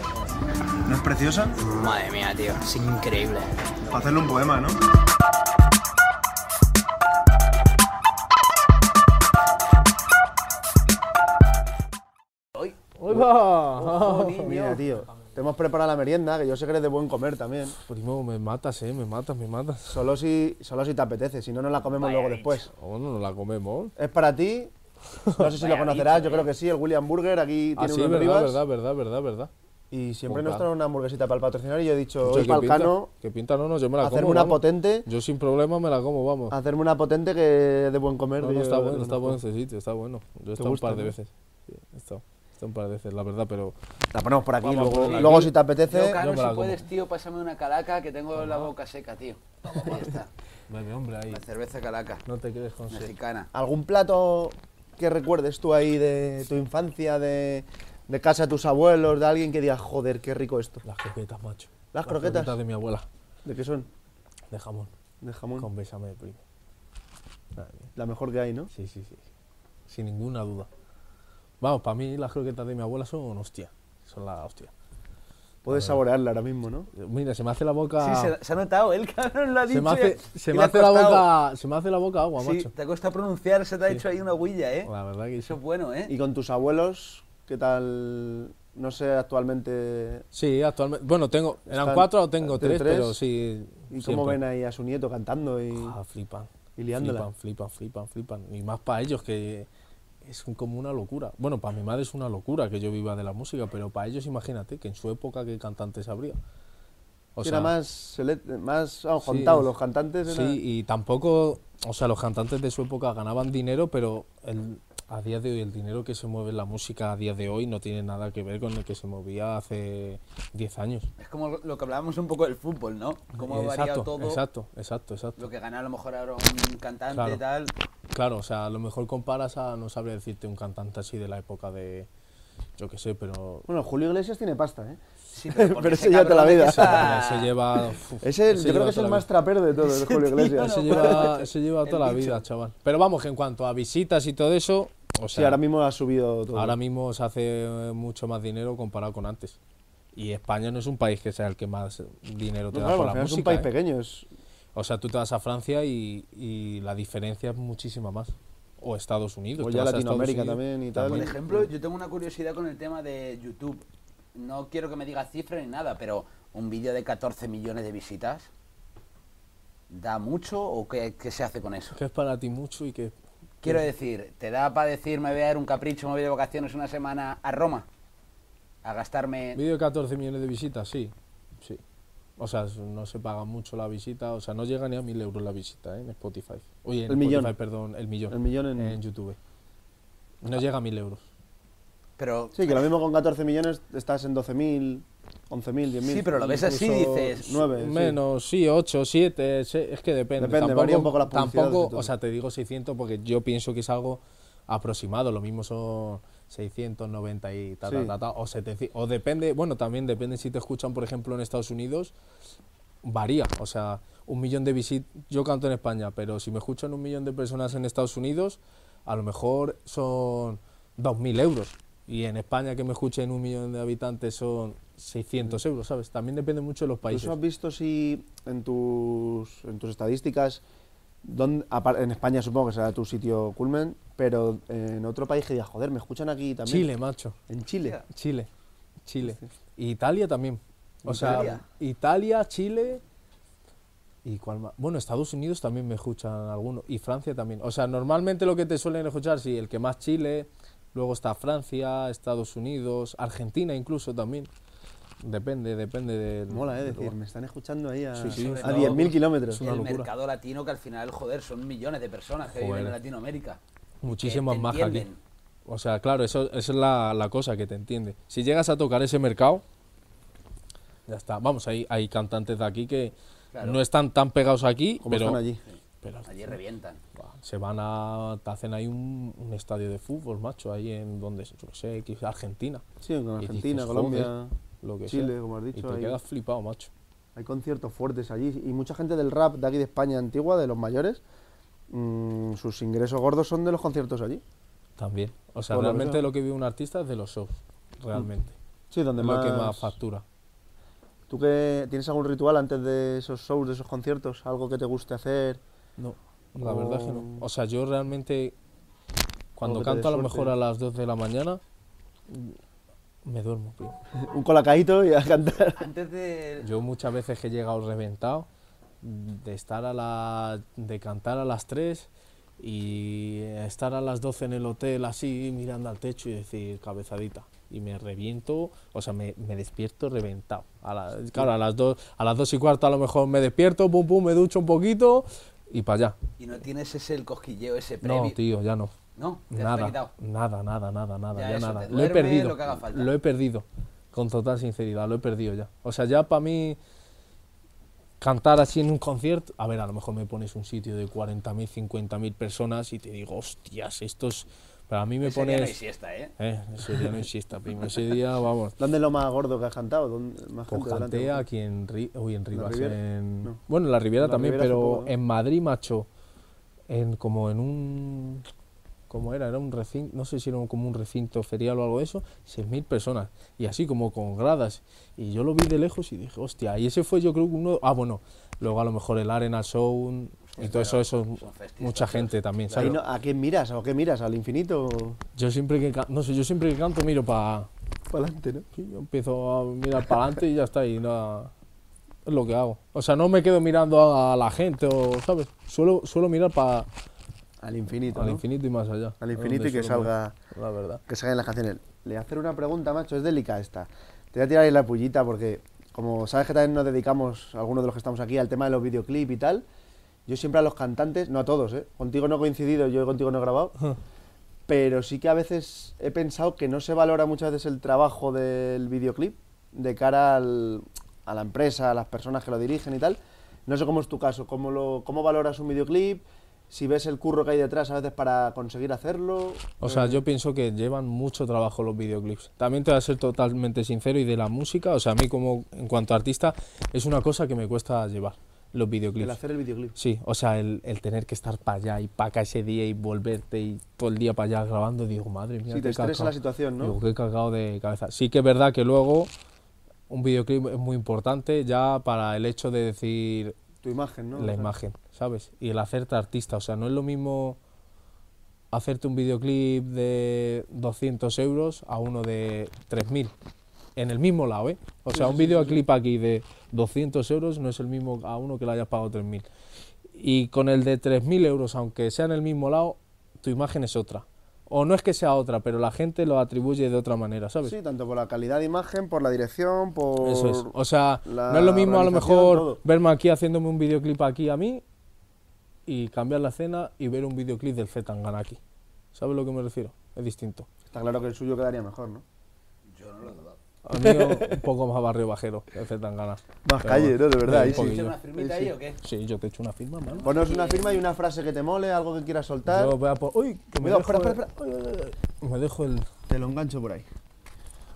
¿No es preciosa?
Madre mía, tío, es increíble.
Para hacerle un poema, ¿no?
Hoy,
¡Hola!
ojo, niño.
Mira, tío, te hemos preparado la merienda, que yo sé que eres de buen comer también.
Primo, me matas, eh, me matas, me matas.
Solo si, solo si te apetece, si no, nos la comemos luego después.
Bueno, no la comemos.
Es para ti. No sé si lo conocerás, yo creo que sí, el William Burger, aquí
Ah,
tiene
sí,
unos
verdad,
Rivas.
verdad, verdad, verdad, verdad.
Y siempre
Pues
nos
claro.
traen una hamburguesita para el patrocinador y yo he dicho,
Oye,
hoy
¿qué
para el
pinta?
cano,
¿Qué pinta? No, no, yo me la
hacerme
como,
una
vamos.
potente,
Yo sin problema me la como, vamos.
hacerme una potente que es de buen comer.
No,
que
no,
yo-
está bueno,
no
está
puedo.
bueno ese sitio, está bueno. Yo he estado un
gusta,
par de
no?
veces. Sí, he estado, he estado un par de veces, la verdad, pero...
La ponemos por aquí,
Vamos a
luego,
ponerla
luego
aquí.
si te apetece.
Yo,
yo
Caro,
me la
si
como.
puedes, tío, pásame una calaca que tengo la boca seca, tío. Ahí está,
Bebe, hombre, ahí.
la cerveza calaca,
No te quedes con sed.
mexicana.
¿Algún plato que recuerdes tú ahí de tu infancia, de, de casa de tus abuelos, de alguien que digas, joder, qué rico esto?
Las croquetas, macho.
Las croquetas.
de mi abuela,
¿De qué son?
de jamón,
De jamón.
con bésame de primo. Madre mía.
La mejor que hay, ¿no?
Sí, sí, sí. Sin ninguna duda. Vamos, para mí las croquetas de mi abuela son hostia. Son la hostia.
Puedes saborearla ahora mismo, ¿no?
Mira, se me hace la boca...
Sí, se, se ha notado, ¿eh? el cabrón lo ha
Ah. Se
dicho.
me
y-
hace,
y
se
le
me
ha
hace la
costado.
boca, se me hace la boca agua,
Sí,
macho.
te ha costado pronunciar, se te ha hecho ahí una huilla, ¿eh?
La verdad que
Eso
sí.
es bueno, ¿eh?
Y con tus abuelos, ¿qué tal? No sé, actualmente.
Sí, actualmente. Bueno, tengo, eran
Están-
cuatro o tengo
tiene
tres,
tres.
pero sí.
¿Y cómo
siempre.
ven ahí a su nieto cantando? Y...
Ah, flipan.
y liándola?
Flipan, flipan, flipan, flipan. Y más para ellos que es un- como una locura. Bueno, para mi madre es una locura que yo viva de la música, pero para ellos imagínate que en su época qué cantantes habría. O
Que era
sea,
más, sele- más ah,
Sí,
juntado,
es-
los cantantes. era-
Sí, y tampoco, o sea, los cantantes de su época ganaban dinero, pero el- a día de hoy el dinero que se mueve en la música a día de hoy no tiene nada que ver con el que se movía hace 10 años.
Es como lo que hablábamos un poco del fútbol, ¿no? Cómo ha variado
exacto,
todo.
exacto, exacto, exacto.
Lo que gana a lo mejor ahora un cantante
Claro.
y tal.
Claro, o sea, a lo mejor comparas a, no sabría decirte, un cantante así de la época de, yo qué sé, pero...
Bueno, Julio Iglesias tiene pasta, ¿eh?
Sí, pero, porque
Pero
ese
ese lleva toda la
cabrón
vida.
empieza-
Se lleva... uf,
Ese,
ese
yo creo
lleva
que es
toda
el
la
más
vida.
trapero de todos, el Julio Iglesias.
Ese lleva, ese lleva toda la vida, chaval. Pero vamos, que en cuanto a visitas y todo eso, o
Sí,
sea,
ahora mismo ha subido todo.
Ahora mismo se hace eh, mucho más dinero comparado con antes. Y España no es un país que sea el que más dinero te
No,
da
claro,
por
al
la
final
música.
es un país
¿eh?
pequeño. es-
O sea, tú te vas a Francia y, y la diferencia es muchísima más. O Estados Unidos.
O
te
ya
vas a Estados
Latinoamérica
Unidos.
también y tal.
Por ejemplo, yo tengo una curiosidad con el tema de YouTube. No quiero que me digas cifras ni nada, pero un vídeo de 14 millones de visitas, ¿da mucho o qué, qué se hace con eso?
Que es para ti mucho y que
Quiero decir, ¿te da para decir me voy a dar un capricho, me voy de vacaciones una semana a Roma? A gastarme...
Vídeo de 14 millones de visitas, sí. sí. O sea, es- no se paga mucho la visita, o sea, no llega ni a 1000 euros la visita ¿eh? en Spotify. Oye, en
El millón.
Spotify, perdón, el millón.
El millón en-
YouTube. No llega a 1000 euros.
Pero
Sí, que lo mismo con 14 millones estás en 12.000, 11.000, 10.000.
Sí, pero lo ves así y
incluso
dices,
nueve, sí.
Menos, sí, 8, 7, es que depende.
Depende,
tampoco,
varía un poco las publicidades y
Tampoco,
todo.
o sea, te digo 600 porque yo pienso que es algo aproximado. Lo mismo son 690 y ta, ta,
Sí.
ta, ta, o 700. O depende, bueno, también depende si te escuchan, por ejemplo, en Estados Unidos, varía. O sea, un millón de visitas, yo canto en España, pero si me escuchan un millón de personas en Estados Unidos, a lo mejor son 2.000 euros. Y en España que me escuchen un millón de habitantes son
Mm.
600 euros, ¿sabes? También depende mucho de los
¿Tú
países.
eso has visto si en tus, en tus estadísticas, dónde- apar- en España supongo que será tu sitio culmen, pero en otro país que digas, joder, me escuchan aquí también?
Chile, macho.
En Chile.
Chile. Chile. Y Italia también. O sea,
Italia.
Italia. Chile. ¿Y cuál más? Bueno, Estados Unidos también me escuchan algunos. Y Francia también. O sea, normalmente lo que te suelen escuchar, sí, el que más Chile. Luego está Francia, Estados Unidos, Argentina incluso también. Depende, depende del.
Mola, eh,
del
decir,
lugar.
me están escuchando ahí a,
Sí, sí,
a
sobre todo,
10.000
pues,
kilómetros.
es una
el
locura.
mercado latino que al final, joder, son millones de personas que viven en
Joder.
Latinoamérica.
Muchísimas
que te
más aquí.
entienden.
O sea, claro, eso, eso es la, la cosa que te entiende. Si llegas a tocar ese mercado, ya está. Vamos, hay, hay cantantes de aquí que
Claro.
no están tan pegados aquí,
Como
pero,
están allí.
pero
Allí revientan.
buah, se van a. te hacen ahí un, un estadio de fútbol, macho, ahí en donde, yo qué sé, quizá Argentina.
Sí, en
Y dices,
Argentina,
"Joder",
Colombia,
lo que
Chile,
sea.
como has dicho,
Y te
ahí.
quedas flipado, macho.
hay conciertos fuertes allí. Y mucha gente del rap de aquí de España antigua, de los mayores, mm, sus ingresos gordos son de los conciertos allí.
También. O sea,
Por lo que
realmente
sea. Mm.
lo que vive un artista es de los shows, realmente.
Sí, donde
Es lo que más factura.
¿Tú qué, tienes algún ritual antes de esos shows, de esos conciertos? ¿Algo que te guste hacer?
No, la verdad es que no.
O-
O sea, yo realmente cuando
Oh. que te dé
canto a lo
suerte,
mejor
¿no?
a las 2 de la mañana me duermo, tío.
Un colacaíto y a cantar.
Antes de...
Yo muchas veces que he llegado reventado de estar a la de cantar a las 3 y estar a las 12 en el hotel así mirando al techo y decir cabezadita y me reviento, o sea, me, me despierto reventado. A la- claro, a las 2 a las dos y cuarto a lo mejor me despierto, pum pum, me ducho un poquito y para allá.
Y no tienes ese el cosquilleo, ese previo.
No, tío, ya no.
No, te has
Nada,
quitado.
nada, nada, nada, nada,
Ya
ya,
eso,
nada.
te
Lo he
duermes,
perdido.
lo que haga falta.
Lo he perdido. Con total sinceridad, lo he perdido ya. O sea, ya para mí cantar así en un concierto, a ver, a lo mejor me pones un sitio de 40.000, 50.000 personas y te digo, hostias, estos para mí me
Ese día no hay
pones
siesta, ¿eh?
eh, ese día no exista, primo, ese día vamos.
¿Dónde es lo más gordo que has cantado? ¿Dónde, más
Pues
gente delante?
canté aquí en, Ri- uy, en Rivas,
Riviera?
en-
No.
Bueno, en la Riviera
La
también,
Riviera
pero
supongo, ¿no?
en Madrid, macho, en, como en un... ¿Cómo era? Era un recinto, no sé si era un- como un recinto ferial o algo de eso, 6.000 personas, y así como con gradas. Y yo lo vi de lejos y dije, hostia, y ese fue yo creo que uno... Ah, bueno, luego a lo mejor el Arena Show y todo eso, eso,
festis,
mucha gente también,
Ahí
¿sabes?
no- ¿A qué miras? ¿O qué miras? ¿Al infinito?
Yo siempre que can- no sé, yo siempre que canto miro para...
Para adelante, ¿no?
Sí, yo empiezo a mirar para adelante y ya está, y nada. Es lo que hago. O sea, no me quedo mirando a la gente, o, ¿sabes? Suelo, suelo mirar para
Al infinito.
al
¿no?
infinito y más allá.
Al
Es
infinito
donde
y que
suelo mirar,
salga,
La verdad.
que salgan las canciones. Le voy a hacer una pregunta, macho, es delicada esta. Te voy a tirar ahí la pullita porque, como sabes que también nos dedicamos, algunos de los que estamos aquí, al tema de los videoclips y tal, yo siempre a los cantantes, no a todos, ¿eh? Contigo no he coincidido, yo contigo no he grabado, pero sí que a veces he pensado que no se valora muchas veces el trabajo del videoclip de cara al- a la empresa, a las personas que lo dirigen y tal. No sé cómo es tu caso, cómo, lo, cómo valoras un videoclip, si ves el curro que hay detrás a veces para conseguir hacerlo.
O sea, yo pienso que llevan mucho trabajo los videoclips. También te voy a ser totalmente sincero y de la música, o sea, a mí como en cuanto a artista es una cosa que me cuesta llevar, los videoclips.
El hacer el videoclip.
Sí, o sea, el, el tener que estar para allá y para acá ese día y volverte y todo el día para allá grabando, digo, madre mía.
Sí, te
qué
estresa
cacao.
la situación, ¿no?
Digo, qué cagado de cabeza. Sí que es verdad que luego un videoclip es muy importante ya para el hecho de decir
Tu imagen, ¿no?
la
O sea,
imagen, ¿sabes? Y el hacerte artista. O sea, no es lo mismo hacerte un videoclip de 200 euros a uno de 3.000. En el mismo lado, ¿eh? O sea, un videoclip aquí de 200 euros no es el mismo a uno que le hayas pagado 3.000. Y con el de 3.000 euros, aunque sea en el mismo lado, tu imagen es otra. O no es que sea otra, pero la gente lo atribuye de otra manera, ¿sabes?
Sí, tanto por la calidad de imagen, por la dirección, por...
pues. Eso es. O sea,
la
no es lo mismo a lo
organización,
mejor
todo.
verme aquí haciéndome un videoclip aquí a mí y cambiar la escena y ver un videoclip del Z Tangana aquí. ¿Sabes a lo que me refiero? Es distinto.
Está claro que el suyo quedaría mejor, ¿no?
Al mío un poco más barrio bajero, el Z Tangana.
Más calle, ¿no? De verdad, ahí
un
sí. Pues
poquillo.
¿Una firmita ahí o qué?
Sí, yo te echo una firma, mano.
Ponos una firma y una frase que te mole, algo que quieras soltar.
Yo voy a por... Uy, que me
Cuidado,
dejo
espera, espera,
el- Me dejo el...
Te lo engancho por ahí.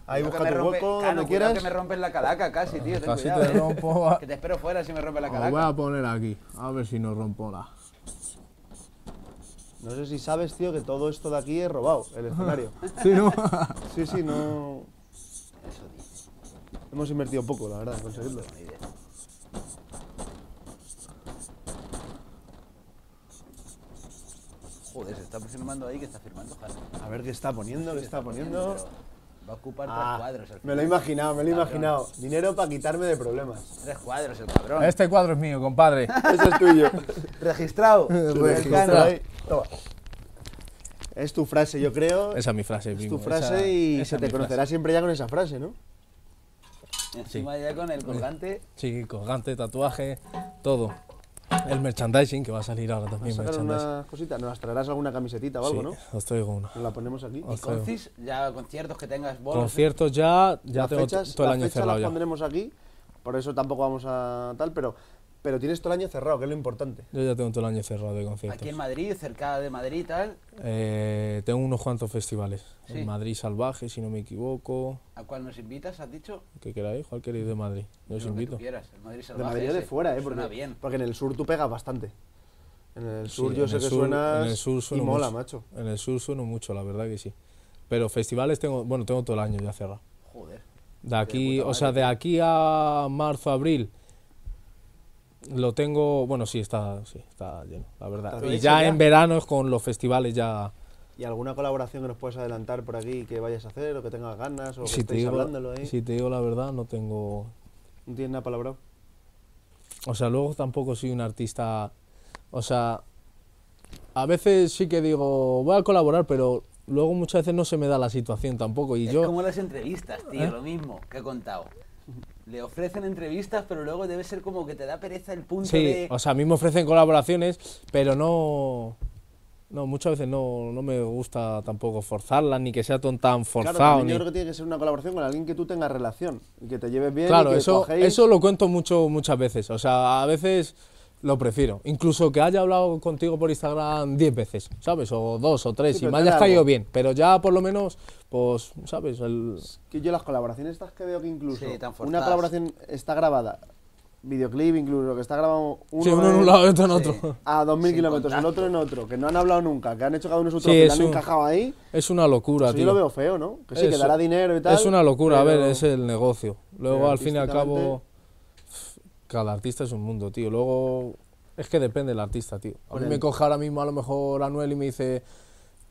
Ahí
Cuidado que
busca
me
tu
rompe-
hueco,
Cano, cuidado
donde quieras.
que me rompes la calaca casi, tío. ten
Casi
cuidado,
te
eh.
rompo, va.
Que te espero fuera si me rompe la
Lo
calaca.
voy a poner aquí, a ver si no rompo la...
No sé si sabes, tío, que todo esto de aquí es robado, el escenario.
Sí, ¿no?
Sí, sí, no. Hemos invertido poco, la verdad, en conseguirlo.
Joder, se está firmando ahí que está firmando, Jano.
A ver qué está poniendo, qué está poniendo. Ah,
Va a ocupar
Ah.
tres cuadros al
me lo he
final.
imaginado, me lo he imaginado. Dinero para quitarme de problemas.
Tres cuadros el cabrón.
Este cuadro es mío, compadre.
Eso es tuyo.
Registrado.
Registrado.
Cano, ahí. Toma. Es tu frase, yo creo.
Esa es mi frase.
Es tu frase y se te conocerá siempre ya con esa frase, ¿no?
Encima ya con el colgante.
Sí, colgante, tatuaje, todo. El merchandising que va a salir ahora también.
Sacar
merchandising.
unas cositas, nos traerás alguna camisetita o algo,
Sí,
¿no?
os traigo una.
Nos la ponemos aquí.
Os traigo.
Concis, ya conciertos que tengas bolos.
Conciertos ya, ya
las
tengo t-
fechas,
todo el
las
año
fechas
cerrado
las
ya.
pondremos aquí, por eso tampoco vamos a tal, pero, pero tienes todo el año cerrado, que es lo importante.
Yo ya tengo todo el año cerrado de conciertos.
Aquí en Madrid, cerca de Madrid y tal.
Eh, tengo unos cuantos festivales.
Sí.
En Madrid Salvaje, si no me equivoco.
¿A cuál nos invitas? ¿Has dicho?
¿Qué queráis? ¿Cuál queréis de Madrid? Yo os
Lo que tú
invito.
quieras. El Madrid
De
salvaje
Madrid o de
ese.
fuera, ¿eh?
Suena
Porque,
bien.
porque en el sur tú pegas bastante. En el sur
Sí,
yo
en
sé
el
que
sur-
suenas
en el sur sueno
y mola,
mucho.
macho.
En el sur sueno mucho, la verdad que sí. Pero festivales tengo, bueno, tengo todo el año ya cerrado.
Joder.
De aquí, o sea, de aquí a marzo, abril, lo tengo, bueno, sí, está, sí, está lleno, la verdad.
Está
Y
hecho
ya
ya.
en verano es con los festivales ya...
¿Y alguna colaboración que nos puedes adelantar por aquí que vayas a hacer o que tengas ganas o que
Si te,
estéis
digo,
hablándolo ahí?
si te digo la verdad, no tengo...
¿No tienes nada palabra?
O sea, luego tampoco soy un artista... O sea, a veces sí que digo, voy a colaborar, pero luego muchas veces no se me da la situación tampoco. Y
es
yo... ¿Eh?
como las entrevistas, tío, lo mismo que he contado. Le ofrecen entrevistas, pero luego debe ser como que te da pereza el punto
Sí,
de...
o sea, a mí me ofrecen colaboraciones, pero no. No, muchas veces no, no me gusta tampoco forzarlas, ni que sea ton- tan
Claro,
forzado.
también
ni-
yo creo que tiene que ser una colaboración con alguien que tú tengas relación y que te lleves bien
Claro,
y que
eso,
cojéis-
eso lo cuento mucho, muchas veces. O sea, a veces lo prefiero. Incluso que haya hablado contigo por Instagram 10 veces, ¿sabes? O dos o tres,
Sí,
y
pero
me
te
hayas
da
caído
algo.
bien. Pero ya por lo menos, pues, ¿sabes? El-
que yo las colaboraciones estas que veo que incluso
Sí, tan
una
forzadas.
colaboración está grabada, videoclip incluso, que está grabado uno,
sí, uno en
en-
un lado y otro en
Sí.
otro.
a 2.000
Sin
kilómetros, el
contacto.
otro en otro, que no han hablado nunca, que han hecho cada uno su
Sí,
trozo y
es
la han
un-
encajado ahí,
Es una locura,
eso yo
tío.
lo veo feo, ¿no? Que sí, que
Eso-
dará dinero y tal.
Es una locura, a
pero-
ver, es el negocio. Luego,
pero
al fin y al cabo,
artísticamente-
cada artista es un mundo, tío. Luego, es que depende del artista, tío. A mí
Bueno,
me
el-
coge ahora mismo, a lo mejor, Anuel y me dice,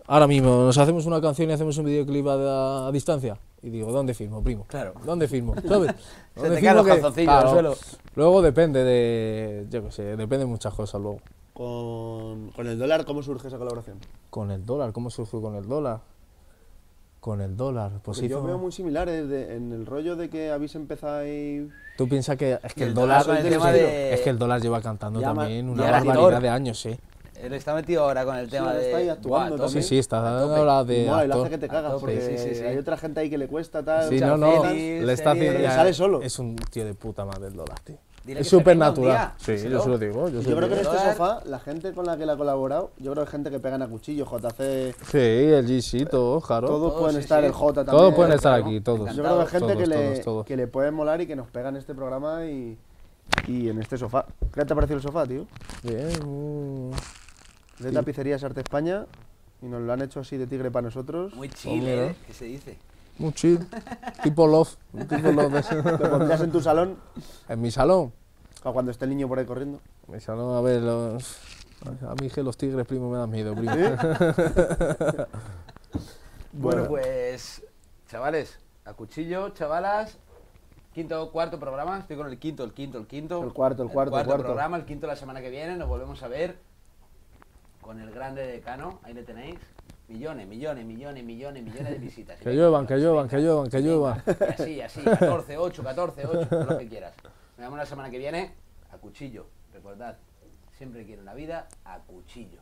ahora mismo, nos hacemos una canción y hacemos un videoclip a, a distancia. Y digo, ¿dónde firmo, primo?
Claro.
¿Dónde firmo? ¿Sabes?
Se
¿Dónde
te caen
firmo
los
que-
calzoncillos al suelo.
Luego depende de, yo qué sé, depende de muchas cosas luego.
Con, con el dólar, ¿cómo surge esa colaboración?
Con el dólar, ¿cómo surgió con el dólar? Con el dólar, pues
Porque yo
hizo-
veo muy similares de- en el rollo de que habéis empezado ahí...
Tú piensas que es que el,
el
dólar,
dólar con el
es,
tema
que-
de-
es que el dólar lleva cantando
Llama-
también una
y ahora
barbaridad
actor.
de años, ¿eh? sí.
Él está metido ahora con el tema
ahora
de...
está ahí
Buah, a
actuando
tope.
Sí,
también.
sí, está dando la
y
de
mola, y lo hace
actor.
que te cagas,
a tope,
porque
sí, sí, sí.
hay otra gente ahí que le cuesta tal...
Sí,
muchas
no, no,
cosas.
series,
le está haciendo
series.
ya-
Sale solo.
Es un tío de puta madre el dólar, tío.
Dile
es
que se
súper
venga un
natural.
día,
Sí,
díselo.
yo se lo digo. Yo se
Yo
lo
creo que en
digo.
este
Dólar.
sofá, la gente con la que la ha colaborado, yo creo que es gente que pegan a cuchillo, JC,
Sí, el GC, todo, claro.
todos
Todos,
pueden
sí,
estar,
sí.
el J también.
Todos pueden estar aquí, todos.
Yo creo que es gente
Todos,
que, le,
todos, todos.
que le puede molar y que nos pega en este programa y, y en este sofá. ¿Qué te ha parecido el sofá, tío?
Bien, mm.
De tapicerías Arte España y nos lo han hecho así de tigre para nosotros.
Muy
Hombre,
chile,
¿no?
¿eh? ¿Qué se dice?
un chill. tipo love. un Tipo love de ese.
Lo pondrías en tu salón
En mi salón.
o cuando esté el niño por ahí corriendo.
En mi salón, a ver. los- A mí que los tigres, primo, me dan miedo, primo.
Bueno, pues, chavales, a cuchillo, chavalas, quinto, cuarto programa, estoy con el quinto, el quinto, el quinto.
El cuarto, el cuarto, el
cuarto
cuarto.
programa, el quinto la semana que viene, nos volvemos a ver. con el grande decano, ahí le tenéis. Millones, millones, millones, millones, millones de visitas.
Que lluevan, que lluevan, que lluevan, que lluevan.
Y así, así, 14, 8, 14, 8, todo lo que quieras. Nos vemos la semana que viene a cuchillo. Recordad, siempre quiero la vida a cuchillo.